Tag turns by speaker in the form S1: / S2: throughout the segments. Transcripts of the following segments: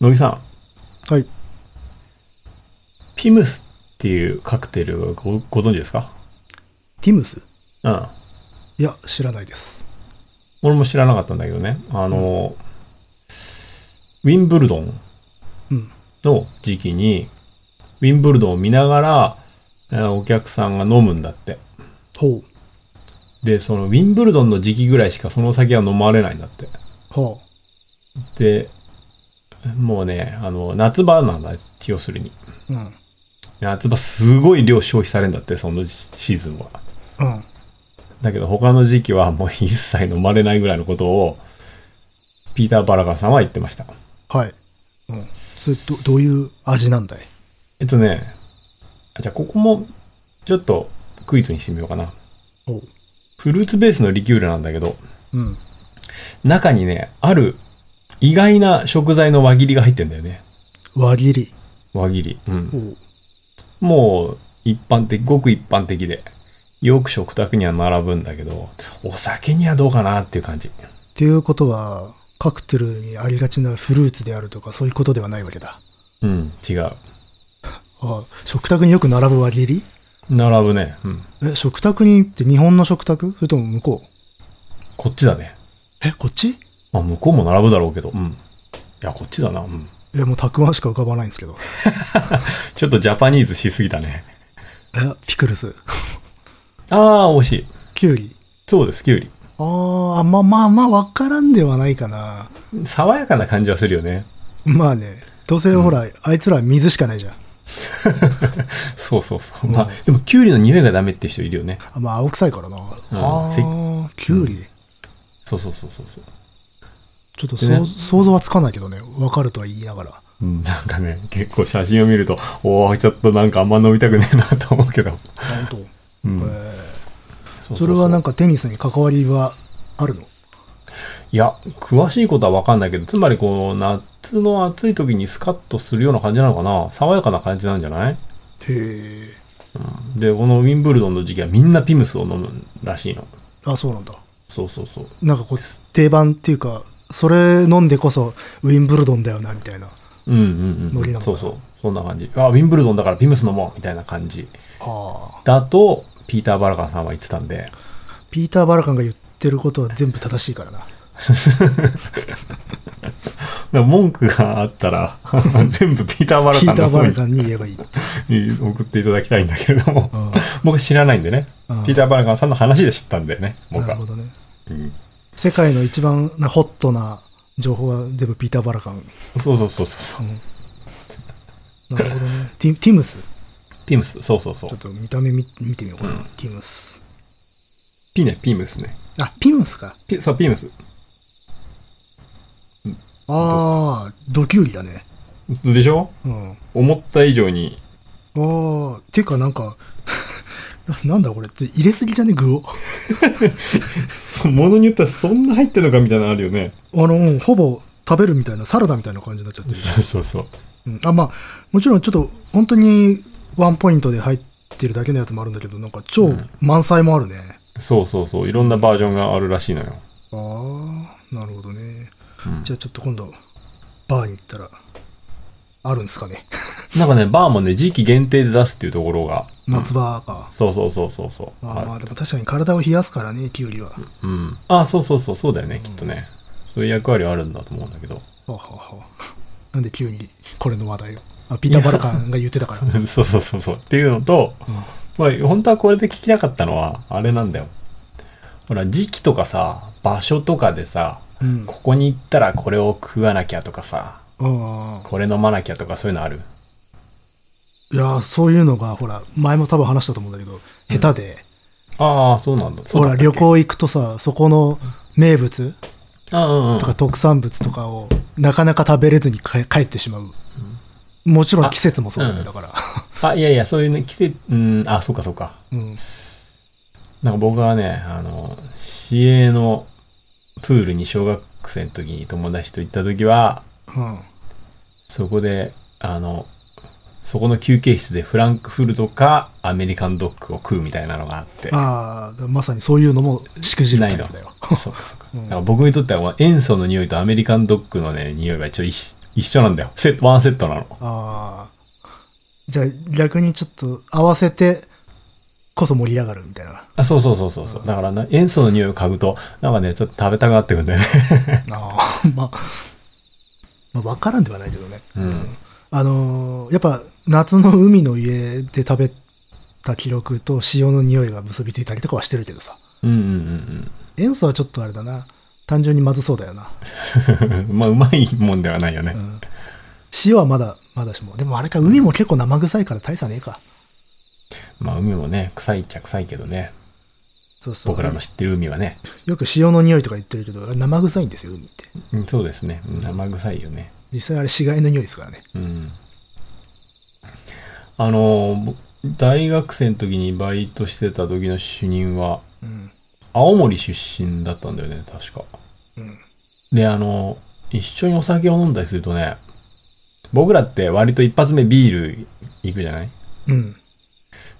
S1: 野木さん、
S2: はい。
S1: ピムスっていうカクテルはごご存知ですか
S2: ティムス
S1: うん。
S2: いや、知らないです。
S1: 俺も知らなかったんだけどね。あの、ウィンブルドン
S2: うん。
S1: の時期に、ウィンブルドンを見ながら、えーお客さんが飲むんだって。
S2: ほう。
S1: で、そのウィンブルドンの時期ぐらいしかその先は飲まれないんだって。
S2: は
S1: で、もうね、あの、夏場なんだ、要するに。
S2: あ。うん。
S1: 夏場すごい量消費されるんだって、そのシーズンは。
S2: うん。
S1: だけど他の時期はもう一切飲まれないぐらいのことを、ピーター・バラガーさんは言ってました。
S2: はい。うん。それ、ど、どういう味なんだい
S1: えっとね、あじゃあここもちょっとクイズにしてみようかな。
S2: ほ
S1: フルーツベースのリキュールなんだけど、
S2: う。うん。
S1: 中にね、ある意外な食材の輪切りが入ってんだよね。
S2: 輪切り。
S1: 輪切り。うん
S2: ほ。う。
S1: もう一般的、ごく一般的で、よく食卓には並ぶんだけど、お酒にはどうかなっていう感じ。
S2: っていうことは、カクテルにありがちなフルーツであるとか、そういうことではないわけだ。
S1: うん、違う。
S2: ああ、食卓によく並ぶ輪切り
S1: 並ぶね。うん。
S2: え、食卓にって日本の食卓それとも向こう
S1: こっちだね。
S2: え、こっち
S1: まあ、向こうも並ぶだろうけど、うん。いや、こっちだな。うん。
S2: え、もうたくましか浮かばないんですけど。
S1: ちょっとジャパニーズしすぎたね。
S2: え、ピクルス。
S1: ああ、惜しい。
S2: キュウリ。
S1: そうです、きゅうり。
S2: ああ、まあまあまあ、わからんではないかな。
S1: 爽やかな感じはするよね。
S2: まあね、どうせほら、あいつら水しかないじゃん。
S1: そうそうそう。まあ、でも、きゅうりの匂いがダメって人いるよね。
S2: あまあ、青臭いからな。あ
S1: せ
S2: あ、キュウリ。
S1: そうそうそうそうそう。
S2: ちょっと
S1: で
S2: そう、
S1: ね
S2: 想像はつかないけどね、わかるとは言いながら。
S1: うん、なんかね、結構写真を見ると、おおちょっとなんかあんま飲みたくねえなと思うけど。
S2: 本当。
S1: うん
S2: えー
S1: そうそうそう
S2: それはなんかテニスに関わりはあるの
S1: いや、詳しいことは分かんないけど、つまりこう、夏の暑い時にスカッとするような感じなのかな爽やかな感じなんじゃない
S2: へえ。
S1: で、このウィンブルドンの時期はみんなピムスを飲むらしいの。
S2: あ、そうなんだ。
S1: そうそうそう。
S2: なんかこう、定番っていうか、それ飲んでこそウィンブルドンだよな、みたいな。
S1: うんうん
S2: ノ
S1: う。
S2: リなんのか
S1: そ
S2: な
S1: うそう。そんな感じ。あ、ウィンブルドンだからピムス飲もうみたいな感じ。
S2: あ
S1: だと、ピーター・バラカンさんは言ってたんで。
S2: あ。ピーター・バラカンが言ってることは全部正しいからな。
S1: だから文句があったら、 全部ピーター・バラ
S2: ピ
S1: カ
S2: ー
S1: ン
S2: タ
S1: の
S2: ー・バ
S1: 方
S2: ラ
S1: に
S2: カンに言えばいいって。
S1: 送っていただきたいんだけれども
S2: うん、
S1: 僕知らないんでね
S2: うん。
S1: ピーター・バラカンさんの話で知ったんだよね、僕
S2: なる
S1: は
S2: ほ。どね。
S1: うん
S2: 世界の一番なホットな情報は全部ピーター・バラカン。
S1: そうそうそうそうそう。
S2: なるほどね。 ティティムス。
S1: ピムス、そうそうそう
S2: ちょっ。と見た目見見てみようかな。ティムス。
S1: ピね、ピムスね。
S2: あ、ピムスか。
S1: ピそう、ピムス。
S2: ああ、ドキュウリだね。
S1: でしょ
S2: うん。あ
S1: 思った以上に。
S2: あ、てかなんか な、なんだこれ。ちょ入れすぎじゃね具を。
S1: そう 物によってはそんな入ってるのかみたいなのあるよね。
S2: あの、うんほぼ食べるみたいな、サラダみたいな感じになっちゃ ってる。
S1: そうそうそう。
S2: うん、あ、まあ、もちろんちょっと、本当にワンポイントで入ってるだけのやつもあるんだけど、なんか超満載もあるね。
S1: そうそうそう。いろんなバージョンがあるらしいのよ。
S2: ああ、なるほどね。
S1: うん
S2: じゃあちょっと今度、バーに行ったら、あるんですかね。
S1: なんかね、バーもね、時期限定で出すっていうところが。
S2: 夏場か。
S1: そうそうそうそうそう。
S2: あーま
S1: は
S2: あでも確かに体を冷やすからね、キュウリは。はい
S1: うん。あ、そうそうそう、そうだよね、きっとね。そういう役割はあるんだと思うんだけど。
S2: あはあ はあなんで急にこれの話題を。あ、ピーター・バラカンが言っ てたから。
S1: そうそうそうそう。っていうのと、
S2: う
S1: まあ、本当はこれで聞きたかったのは、あれなんだよ。ほら、時期とかさ、場所とかでさ、
S2: ん。
S1: ここに行ったらこれを食わなきゃとかさ、
S2: うん。
S1: これ飲まなきゃとかそういうのある
S2: いやー、そういうのが、ほら、前も多分話したと思うんだけど、下手で、
S1: ああ、そうなんだ。そ
S2: ほ
S1: うだ
S2: ら、
S1: ったっけ
S2: 旅。行行くとさ、そこの名物
S1: あうんうん。
S2: とか特産物とかを、なかなか食べれずにか帰ってしまう。もちろん季節もそうだね、
S1: うん
S2: だから。
S1: あ、いやいや、そういうね、季節、うん、あ、そうかそうか。
S2: うん。
S1: なんか僕はね、あの、市営のプールに小学生の時に友達と行った時は、
S2: うん。
S1: そこで、あの、そこの休憩室でフランクフルトかアメリカンドッグを食うみたいなのがあって。
S2: ああ、まさにそういうのもしくじるタイプだよ。
S1: そうかそうか。
S2: うん
S1: だから僕にとっては、塩素の匂いとアメリカンドッグのね、匂いがちょいし一緒なんだよ。セット、ワンセットなの。
S2: ああ。じゃあ逆にちょっと合わせてこそ盛り上がるみたい な。
S1: あそうそうそうそうそう。だからな、塩素の匂いを嗅ぐと、なんかね、ちょっと食べたくなってくるんだよね。
S2: ああ、まあ、まあ、わからんではないけどね。
S1: うん。
S2: あのーやっぱ夏の海の家で食べた記録と塩の匂いが結びついたりとかはしてるけどさ。
S1: うんうん
S2: 塩素はちょっとあれだな。単純にまずそうだよな。
S1: うん うん。まあ、うまいもんではないよね。
S2: うん塩はまだ、まだしも。でもあれか、海も結構生臭いから大差ねえか。
S1: まあ、海もね、臭いっちゃ臭いけどね。
S2: そうそう。
S1: 僕らの知ってる海はね。
S2: よく塩の匂いとか言ってるけど、あれ生臭いんですよ、海って。
S1: うん、そうですね。うん生臭いよね。
S2: 実際あれ死骸の匂いですからね。
S1: うん。あの、僕大学生の時にバイトしてた時の主任は、
S2: うん。
S1: 青森出身だったんだよね、確か。
S2: うん。
S1: で、あの、一緒にお酒を飲んだりするとね、僕らって割と一発目ビール行くじゃない
S2: うん。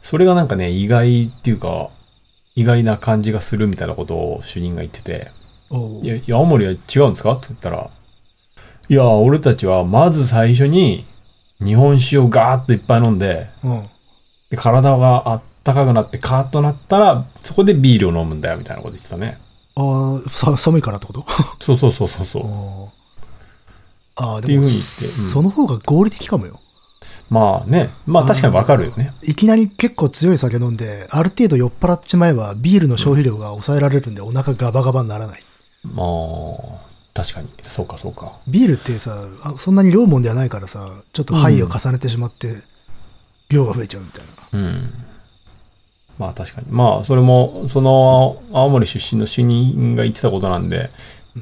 S1: それがなんかね、意外っていうか、意外な感じがするみたいなことを主任が言ってて、
S2: おう
S1: いや、いや青森は違うんですかって言ったら、いや、俺たちはまず最初に日本酒をガーッといっぱい飲んで、
S2: うん。
S1: で体があったかくなってカーッとなったら、そこでビールを飲むんだよみたいなこと言ってたね。
S2: ああ、さ寒いからってこと
S1: そうそうそうそうそう。
S2: おーああ、
S1: てい
S2: で
S1: う
S2: も、
S1: ふうに言ってうん
S2: その方が合理的かもよ。
S1: まあね、まあ確かにわかるよね。
S2: いきなり結構強い酒飲んで、ある程度酔っ払っちまえば、ビールの消費量が抑えられるんで、お腹ガバガバにならない。
S1: まあ、確かに。そうかそうか。
S2: ビールってさ、あそんなに量もんではないからさ、ちょっと範囲を重ねてしまって、量が増えちゃうみたいな。
S1: うん。まあ確かに。まあそれも、その青森出身の主任が言ってたことなんで、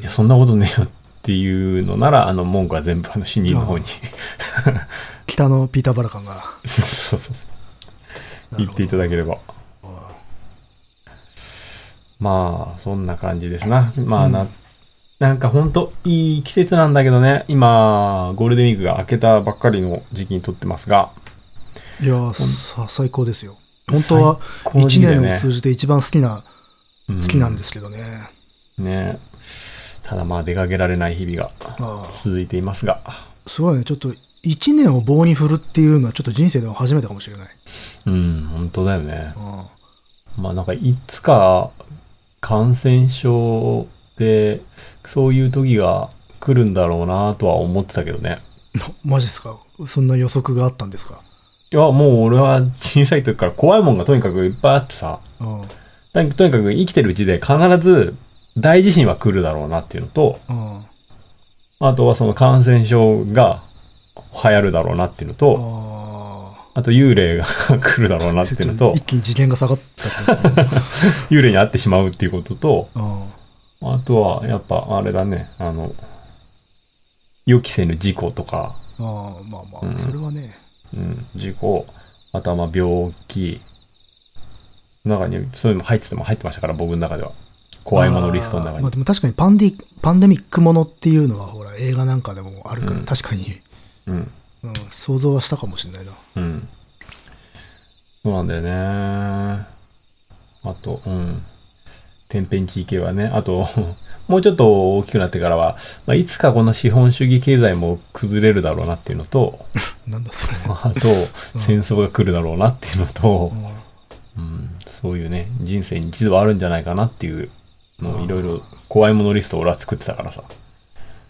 S1: いや、そんなことねえよっていうのなら、あの文句は全部あの主任の方に。
S2: 北のピーターバラ感が。
S1: そうそうそうそう。
S2: なる
S1: 言っ
S2: ほ
S1: て
S2: ど
S1: いただければ。まあ、そんな感じですな。まあな、なんかほんといい季節なんだけどね、今、ゴールデンウィークが明けたばっかりの時期に撮ってますが、
S2: いやーさ、最高ですよ。本当は
S1: 最高の時
S2: 1
S1: 期だよね
S2: 年を通じて一番好きな、
S1: うん
S2: 好きなんですけどね。
S1: ねただまあ出かけられない日々が
S2: あ
S1: 続いていますが、
S2: あすごいね、ちょっと1年を棒に振るっていうのはちょっと人生でも初めてかもしれない。
S1: うん、本当だよね。
S2: あ
S1: まあなんかいつか感染症でそういう時が来るんだろうなとは思ってたけどね。
S2: あマジっすかそんな予測があったんですか
S1: いや、もう俺は小さい時から怖いもんがとにかくいっぱいあってさ、
S2: あ
S1: とにとにかく生きてるうちで必ず大地震は来るだろうなっていうのと、
S2: ああ
S1: あとはその感染症が流行るだろうなっていうのと、
S2: あ
S1: あと幽霊が 来るだろうなっ
S2: ちょって
S1: いうの
S2: と
S1: と
S2: 一、気に次元が下がったけど
S1: 幽霊に会ってしまうっていうことと、
S2: あ
S1: あとはやっぱあれだね、あの、予期せぬ事故とか、
S2: あああまあまあ、
S1: うん
S2: それはね
S1: うん、事故、頭病気、中にそういうの入ってても入ってましたから、僕の中では。怖いものリストの
S2: あ
S1: 中
S2: あ
S1: に
S2: まあ、。でも確かにパンディパンデミックものっていうのはほら映画なんかでもあるから、
S1: うん
S2: 確かに、
S1: うん。
S2: うん、想像はしたかもしれないな
S1: うん。そうなんだよね。あと、うん。天変地異系はね。あと、 もうちょっと大きくなってからは、まあ、いつかこの資本主義経済も崩れるだろうなっていうのと、
S2: なんだそれ、
S1: まああと、戦争が来るだろうなっていうのと
S2: う、ん
S1: うん、そういうね、人生に一度はあるんじゃないかなっていうのをいろいろ怖いものリストを俺は作ってたからさ。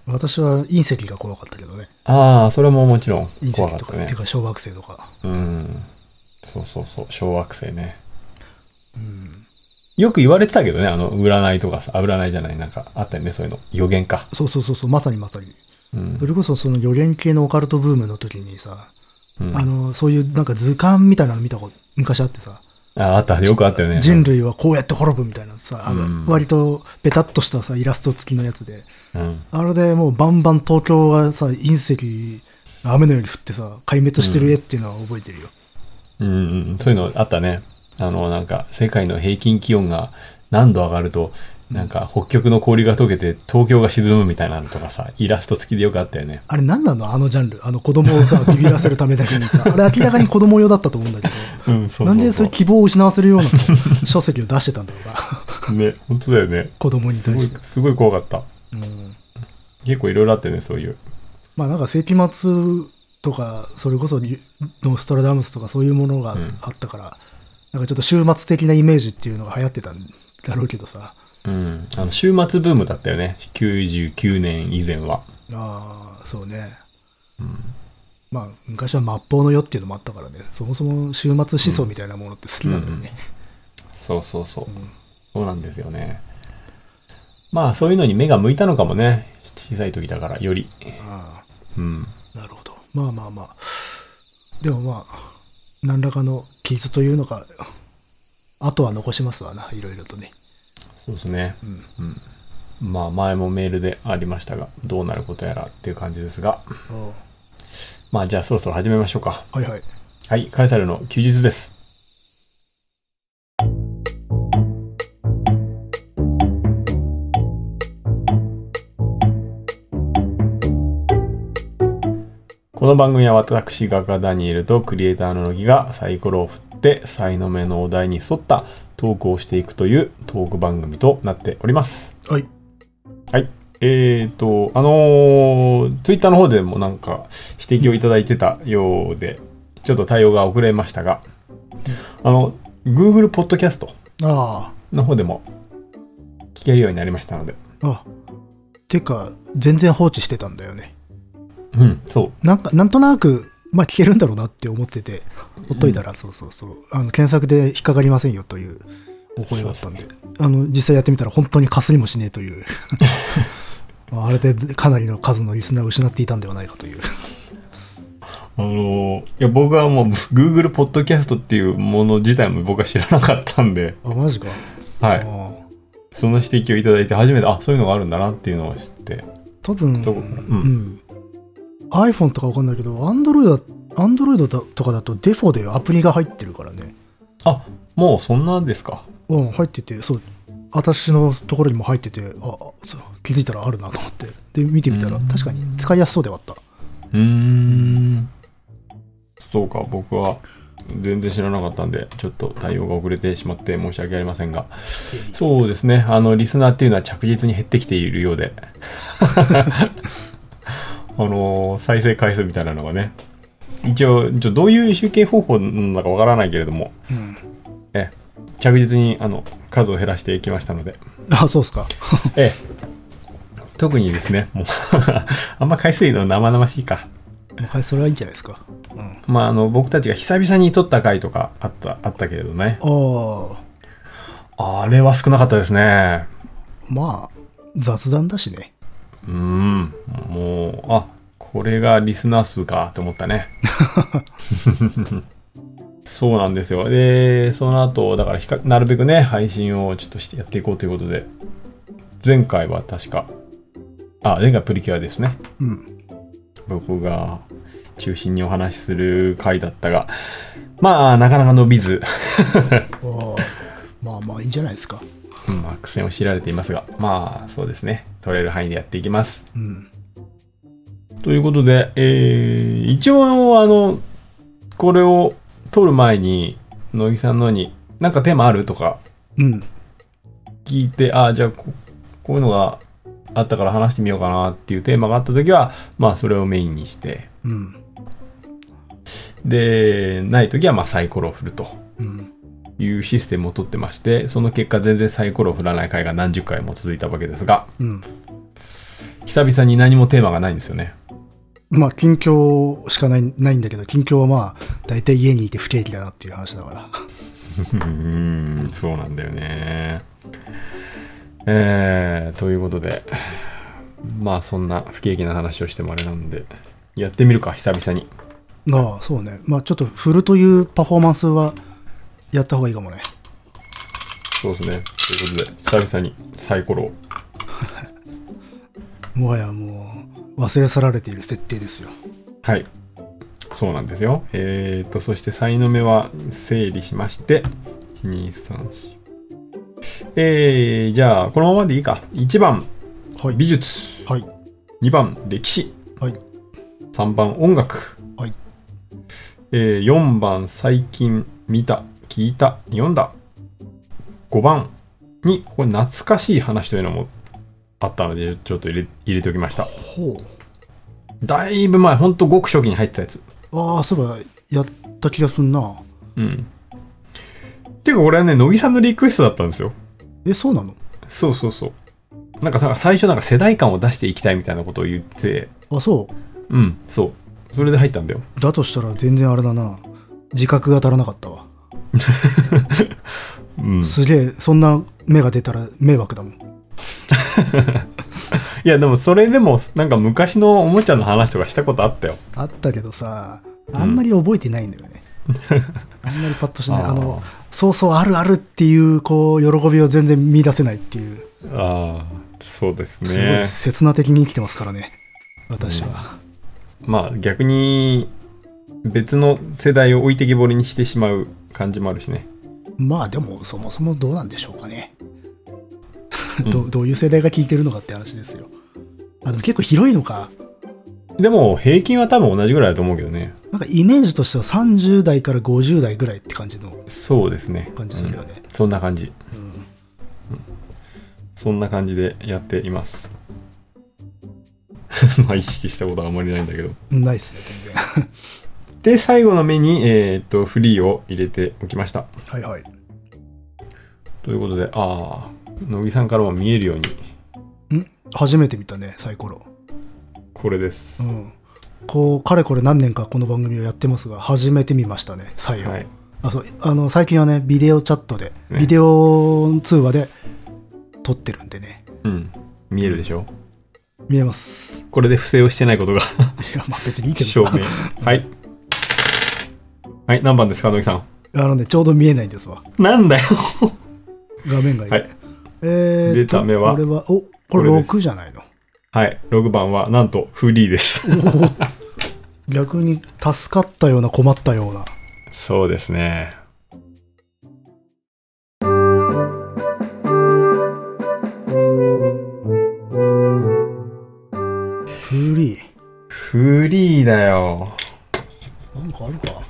S2: 私は隕石が怖かったけどね
S1: ああ、それももちろん
S2: 隕
S1: 怖
S2: 石
S1: かっ
S2: とか
S1: たね
S2: っていう。か小惑星とか
S1: うん。そうそうそう、小惑星ね。
S2: うん
S1: よく言われてたけどね、あの、占いとかさ、あ占いじゃない、なんかあったよね、そういうの。予言か。
S2: そうそうそうそうまさにまさに
S1: うん
S2: そ。れこそその予言系のオカルトブームの時にさ、
S1: うん
S2: あ
S1: あ
S2: のそういうなんか図鑑みたいなの見たこと昔あってさ
S1: あった、よくあったよね。
S2: 人類はこうやって滅ぶみたいなさ、あの
S1: うん
S2: 割とベタっとしたさイラスト付きのやつで
S1: うん。
S2: あれでもうバンバン東京がさ隕石が雨のように降ってさ壊滅してる絵っていうのは覚えてるよ、
S1: うん、うん。そういうのあったね。あの、なんか、世界の平均気温が何度上がると、なんか、北極の氷が溶けて東京が沈むみたいなのとかさ、イラスト付きでよくあったよね。
S2: あれ何なのあのジャンルあの子供をさビビらせるためだけ にさあれ明らかに子供用だったと思うんだけど
S1: うん、そうそうそう。
S2: なんでそういう希望を失わせるような さ書籍を出してたんだろうな
S1: ね、本当だよね。
S2: 子供に
S1: すご
S2: 対
S1: い
S2: して、、
S1: すごい怖かった。
S2: うん
S1: 結構いろいろあったよね、そういう。
S2: まあなんか世紀末とか、それこそリノストラダムスとかそういうものがあったから、なんかちょっと終末的なイメージっていうのが流行ってたんだろうけどさ。
S1: うん。あの、週末ブームだったよね。99年以前は。
S2: ああ、そうね。まあ昔は末法の世っていうのもあったからね、そもそも終末思想みたいなものって好きなんだよね。
S1: そうそうそう。そうなんですよね。まあ、そういうのに目が向いたのかもね。小さい時だから、より。
S2: あ
S1: うん。
S2: あ、なるほど。まあまあまあ。でもまあ、何らかの傷というのか、あとは残しますわな、いろいろとね。
S1: そうですね。うん。まあ、前もメールでありましたが、どうなることやらっていう感じですが。
S2: おう
S1: まあ、じゃあそろそろ始めましょうか。
S2: はいはい。
S1: はい、カエサルの休日です。この番組は私、画家ダニエルとクリエイターの乃木がサイコロを振って、才能目のお題に沿ったトークをしていくというトーク番組となっております。
S2: はい。
S1: はい。えっ、と、あのー、ツイッターの方でもなんか指摘をいただいてたようで、ちょっと対応が遅れましたが、あの、Google ポッドキャスト
S2: あ
S1: の方でも聞けるようになりましたので、
S2: あ、あてか、全然放置してたんだよね。
S1: うん、そう、
S2: なんか、なんとなく、まあ聞けるんだろうなって思ってて、ほっといたら、そうそうそう、あの検索で引っかかりませんよというお声があったんで、
S1: そう
S2: あの、実際やってみたら本当にかすりもしねえと いう。まああれでかなりの数のリスナーを失っていたんではないかという。
S1: あのーいや、僕はもう Google ポッドキャストっていうもの自体も僕は知らなかったんで、
S2: あ、マジか。
S1: は
S2: あ
S1: い、
S2: あ
S1: その指摘をいただいて初めて、あ、そういうのがあるんだなっていうのを知って、
S2: 多分、
S1: そう
S2: う
S1: うん
S2: ん。iPhone とかわかんないけど、Android だ、Android だとかだとデフォでアプリが入ってるからね。
S1: あ、もうそんなんですか。
S2: うん、入ってて、そう、私のところにも入ってて、あそう気づいたらあるなと思って、で、見てみたら、
S1: うん
S2: 確かに使いやすそうではあった。
S1: うーん。そうか、僕は全然知らなかったんで、ちょっと対応が遅れてしまって申し訳ありませんが、そうですね、あの、リスナーっていうのは着実に減ってきているようで、 あの、再生回数みたいなのがね、一応、ちょどういう集計方法なのかわからないけれども、
S2: うん、
S1: ええ着実にあの数を減らしていきましたので、
S2: あ、そうっすか。
S1: ええ、特にですね、もう あんま回数言うの生々しいか。
S2: はい、それはいいんじゃないですか。うん、
S1: まあ、あの僕たちが久々に撮った回とかあったあったけれどね
S2: ああ、
S1: あれは少なかったですね
S2: まあ、雑談だしね。
S1: うんもうあこれがリスナー数かと思ったねそうなんですよでその後だからひかなるべくね配信をちょっとしてやっていこうということで前回は確かあ前回プリキュアですね
S2: うん。
S1: 僕が中心にお話しする回だったがまあなかなか伸びず
S2: ああ、まあまあ、いいんじゃないですか。
S1: うん、まあ苦戦を強いられていますが、まあそうですね、取れる範囲でやっていきます。
S2: うん。
S1: ということで、えー、一応、あの、これを取る前に、乃木さんのに、なんかテーマあるとか
S2: うん。
S1: 聞いて、ああ、じゃあこ、こういうのがあったから話してみようかなっていうテーマがあった時は、まあそれをメインにして、
S2: うん。
S1: で、ない時はまあサイコロを振ると
S2: うん。
S1: いうシステムを取ってまして、その結果全然サイコロを振らない回が何十回も続いたわけですが、
S2: うん。
S1: 久々に何もテーマがないんですよね。
S2: まあ、近況しかないないんだけど、近況はまあ、大体家にいて不景気だなっていう話だ から。
S1: うーん、そうなんだよね。えー、ということで、まあそんな不景気な話をしてもあれなんで、やってみるか、久々に。
S2: ああ、そうね。まあ、ちょっと振るというパフォーマンスはやった方がいいかもね。
S1: そうですね。ということで、久々にサイコロを。
S2: もはやもう、忘れ去られている設定ですよ。
S1: はい。そうなんですよ。えーと、そして才の目は整理しまして、1、2、3、4。えー、じゃあ、このままでいいか。1番、
S2: はい。
S1: 美術。
S2: はい。
S1: 2番、歴史。
S2: はい。
S1: 3番音楽、
S2: はい
S1: えー4番最近見た聞いた読んだ5番にここに懐かしい話というのもあったのでちょっと入れ入れておきました
S2: ほう。
S1: だいぶ前、ほんとごく初期に入ってたやつ。
S2: ああ、そういえば、やった気がすんな。
S1: うん。ていうか、これはね、乃木さんのリクエストだったんですよ。
S2: え、そうなの
S1: そうそうそう。なんかさ、最初なんか世代間を出していきたいみたいなことを言って、
S2: あ、そう。
S1: うん、そう。それで入ったんだよ。
S2: だとしたら全然あれだな。自覚が足らなかったわ。
S1: うん。
S2: すげえ、そんな芽が出たら迷惑だもん。
S1: いや、でもそれでも、なんか昔のおもちゃの話とかしたことあったよ。
S2: あったけどさ、あんまり覚えてないんだよね。 あんまりパッとしない。
S1: あー
S2: あの、そうそう、あるあるっていう、こう、喜びを全然見出せないっていう、
S1: ああ、そうです
S2: すご
S1: ね
S2: い。刹那的に生きてますからね、私は。
S1: まあ逆に、別の世代を置いてきぼりにしてしまう感じもあるしね。
S2: まあでも、そもそもどうなんでしょうかね。どどういう世代が聞いてるのかって話ですよ。あでも結構広いのか。
S1: でも平均は多分同じぐらいだと思うけどね。
S2: なんかイメージとしては30代から50代ぐらいって感じの
S1: そうですね。
S2: 感じするよね。
S1: うんそんな感じ。
S2: うん
S1: そんな感じでやっています。 まあ意識したことはあんまりないんだけど。
S2: ないっすね、全然。
S1: で、最後の目に、えーっと、フリーを入れておきました。
S2: はいはい。
S1: ということで、ああ、乃木さんからも見えるように、
S2: ん初めて見たね、サイコロ。
S1: これです
S2: う。ん。こう、かれこれ何年かこの番組をやってますが、初めて見ましたね、サイを。
S1: はい。
S2: あそうあの最近はね、ビデオチャットで、
S1: ね
S2: ビデオ通話で撮ってるんでね、
S1: うん。見えるでしょ
S2: 見えます。
S1: これで不正をしてないことが
S2: いや、まあ別にいいけ
S1: 証
S2: どさ
S1: 明。 はい。はい、何番ですか、乃木さん。
S2: あのね、ちょうど見えないんですわ。
S1: なんだよ。
S2: 画面がいい。
S1: はい
S2: えーと
S1: 出た目は
S2: これは、おこれ
S1: これです
S2: 6じゃないの。
S1: はい、6番は、なんと、フリー です。
S2: 逆に助かったような困ったような。
S1: そうですね。
S2: フリー。
S1: フリーだよ。
S2: なんかあるか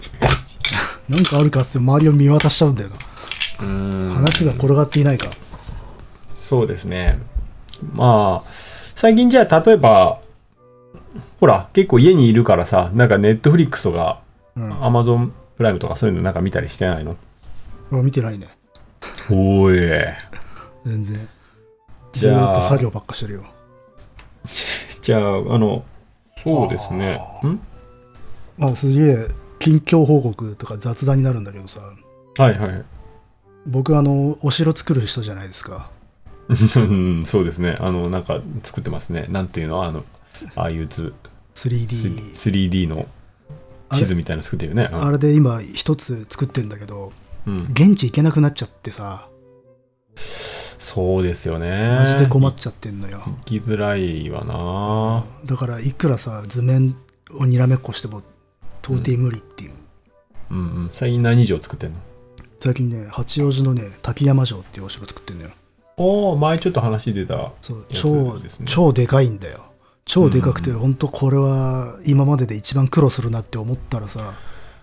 S2: なんかあるかっつって周りを見渡しちゃうんだよな。
S1: うーん。
S2: 話が転がっていないか。
S1: そうですね。まあ、最近じゃあ、例えば、ほら、結構家にいるからさ、なんかネットフリックスとか、
S2: うん。
S1: アマゾンプライムとかそういうのなんか見たりしてないの
S2: あ見てないね。
S1: おい。
S2: 全然。ず
S1: じゃあ
S2: ーっと作業ばっかしてるよ。
S1: じゃあ、あの、そうですね。ん
S2: まあ、すげえ、近況報告とか雑談になるんだけどさ、
S1: はいはい。
S2: 僕、あの、お城作る人じゃないですか。
S1: うん そうですね。あの、なんか作ってますね。なんていうのあの、ああいうつ
S2: 3D。
S1: 3D の地図みたいなの作ってるよね。
S2: あれで今、一つ作ってんだけど、
S1: うん、
S2: 現地行けなくなっちゃってさ、
S1: そうですよね。
S2: マジで困っちゃってんのよ。
S1: 行きづらいわな。
S2: だから、いくらさ、図面をにらめっこしても、到底無理っていう。
S1: うんうん。最近何城作ってんの
S2: 最近ね、八王子のね、滝山城っていうお城作ってんのよ。
S1: おー、前ちょっと話出た。
S2: そう
S1: やつ
S2: 超
S1: ですね
S2: 超でかいんだよ超でかくて、本当これは今までで一番苦労するなって思ったらさ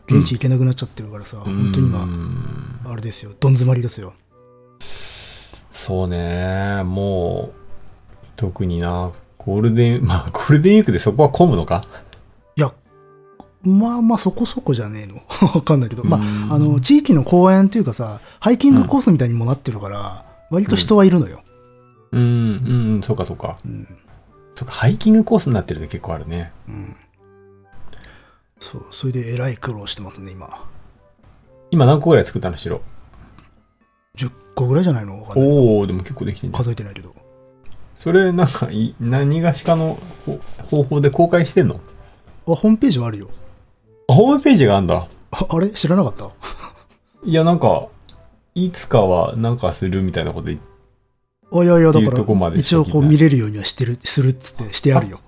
S2: 現地行けなくなっちゃってるからさ、本当に
S1: う
S2: 今
S1: ん
S2: あれですよどん詰まりですよ
S1: そうね、もう、特にな、ゴールデン、まあ、ゴールデンウィークでそこは混むのか
S2: いやまあまあそこそこじゃねえのわかんないけど、ま
S1: うん
S2: あ、あの地域の公園というかさハイキングコースみたいにもなってるから、割と人はいるのよ、
S1: うん、うん、うんそうか、そうか。
S2: うん
S1: そうか、ハイキングコースになってるの結構あるね。
S2: うんそうそれでえらい苦労してますね今
S1: 今何個ぐらい作ったのしろ。
S2: 10個ぐらいじゃないのわかんない
S1: おおでも結構できてんじゃん。
S2: 数えてないけど
S1: それ、なんかい、何がしかのほ方法で公開してんの
S2: あホームページはあるよ
S1: ホームページがあんだ。
S2: ああれ知らなかった
S1: いや、なんか、いつかはなんかするみたいなこと言って
S2: あいやいや
S1: って
S2: だ
S1: いう
S2: か
S1: とこま
S2: ら
S1: でしか
S2: 一応こう
S1: 聞いてない
S2: 見れるようにはしてるするっつってしてあるよ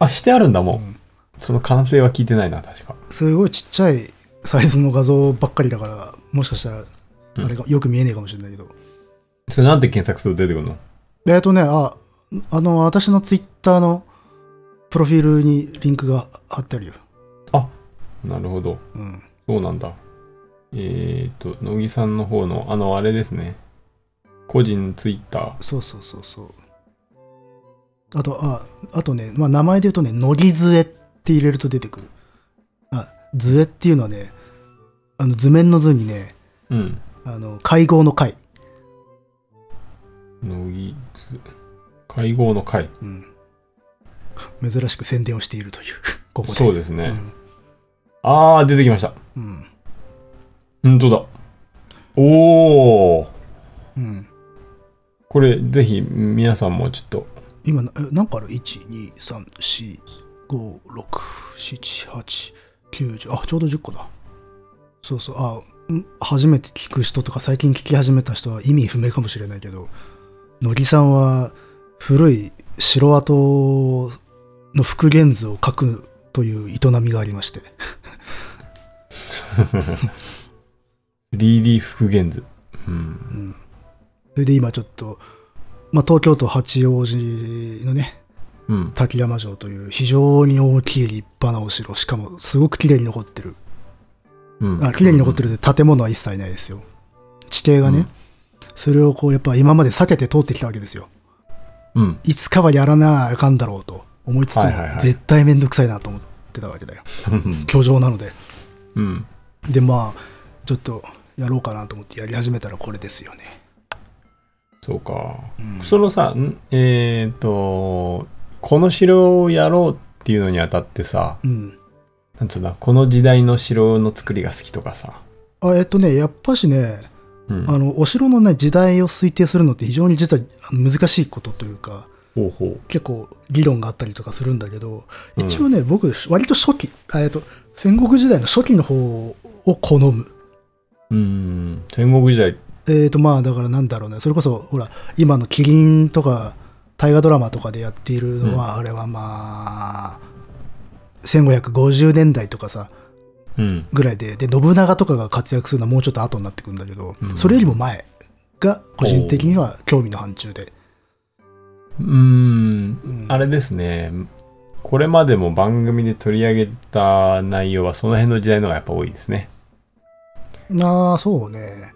S1: あ、してあるんだもん。
S2: うん
S1: その完成は聞いてないな、確か。
S2: すごいちっちゃいサイズの画像ばっかりだからもしかしたら
S1: うん
S2: あれがよく見えねえかもしれないけど、
S1: それなんて検索すると出てくるの
S2: えっとねああの私のツイッターのプロフィールにリンクが貼ってあるよ
S1: なるほど。
S2: うん
S1: そうなんだ。えっ、と、乃木さんの方の、あの、あれですね。個人ツイッタ
S2: そうそうそうそうあとああとね、まあ、名前で言うとね「乃木杖」っって入れると出てくる。あ、図絵っていうのはね、あの図面の図にね、
S1: うん。
S2: あの会合の会。
S1: 乃木図。会合の会。
S2: うん。珍しく宣伝をしているという、 ここで。
S1: そう
S2: で
S1: ですね。あー、出てきました。
S2: うん。うん。
S1: 本当だ。おー。
S2: うん、
S1: これ、ぜひ、皆さんもちょっと、
S2: 今、なえなんかある ?1、2、3、4、5、6、7、8、9、10。あ、ちょうど10個だ。そうそう。あ、ん初めて聞く人とか、最近聞き始めた人は意味不明かもしれないけど、乃木さんは古い城跡の復元図を描くという営みがありまして。
S1: 3D 復元図。うん。
S2: うんそれで今ちょっと、まあ、東京都八王子のね
S1: うん。
S2: 滝山城という非常に大きい立派なお城しかもすごく綺麗に残ってる
S1: うん。
S2: あ綺麗に残ってるで建物は一切ないですよ地形がね、
S1: うん
S2: それをこうやっぱ今まで避けて通ってきたわけですよ
S1: うん。
S2: いつかはやらなあかんだろうと思いつつも、
S1: はいはいはい
S2: 絶対面倒くさいなと思ってたわけだよ
S1: うん。
S2: 居城なので
S1: うん。
S2: でまあちょっとやろうかなと思ってやり始めたらこれですよね
S1: そうか。
S2: うん
S1: そのさ、んえっ、と、この城をやろうっていうのにあたってさ、
S2: うん
S1: なんつうんだ、この時代の城の作りが好きとかさ。
S2: あえっとねやっぱしね
S1: うん。
S2: あのお城のね時代を推定するのって非常に実はあの難しいことというか
S1: ほうほう。
S2: 結構議論があったりとかするんだけど
S1: うん
S2: 一応ね、僕割と初期あえっと戦国時代の初期の方を好む
S1: うーん。戦国時代。
S2: えっ、とまあだからなんだろうねそれこそほら今の麒麟とか大河ドラマとかでやっているのは、あれはまあ1550年代とかさ
S1: うん。
S2: ぐらいでで信長とかが活躍するのはもうちょっと後になってくるんだけど、
S1: うん
S2: それよりも前が個人的には興味の範疇で。
S1: うーん。
S2: うん
S1: あれですね。これまでも番組で取り上げた内容はその辺の時代のがやっぱ多いですね。
S2: ああ、そうね。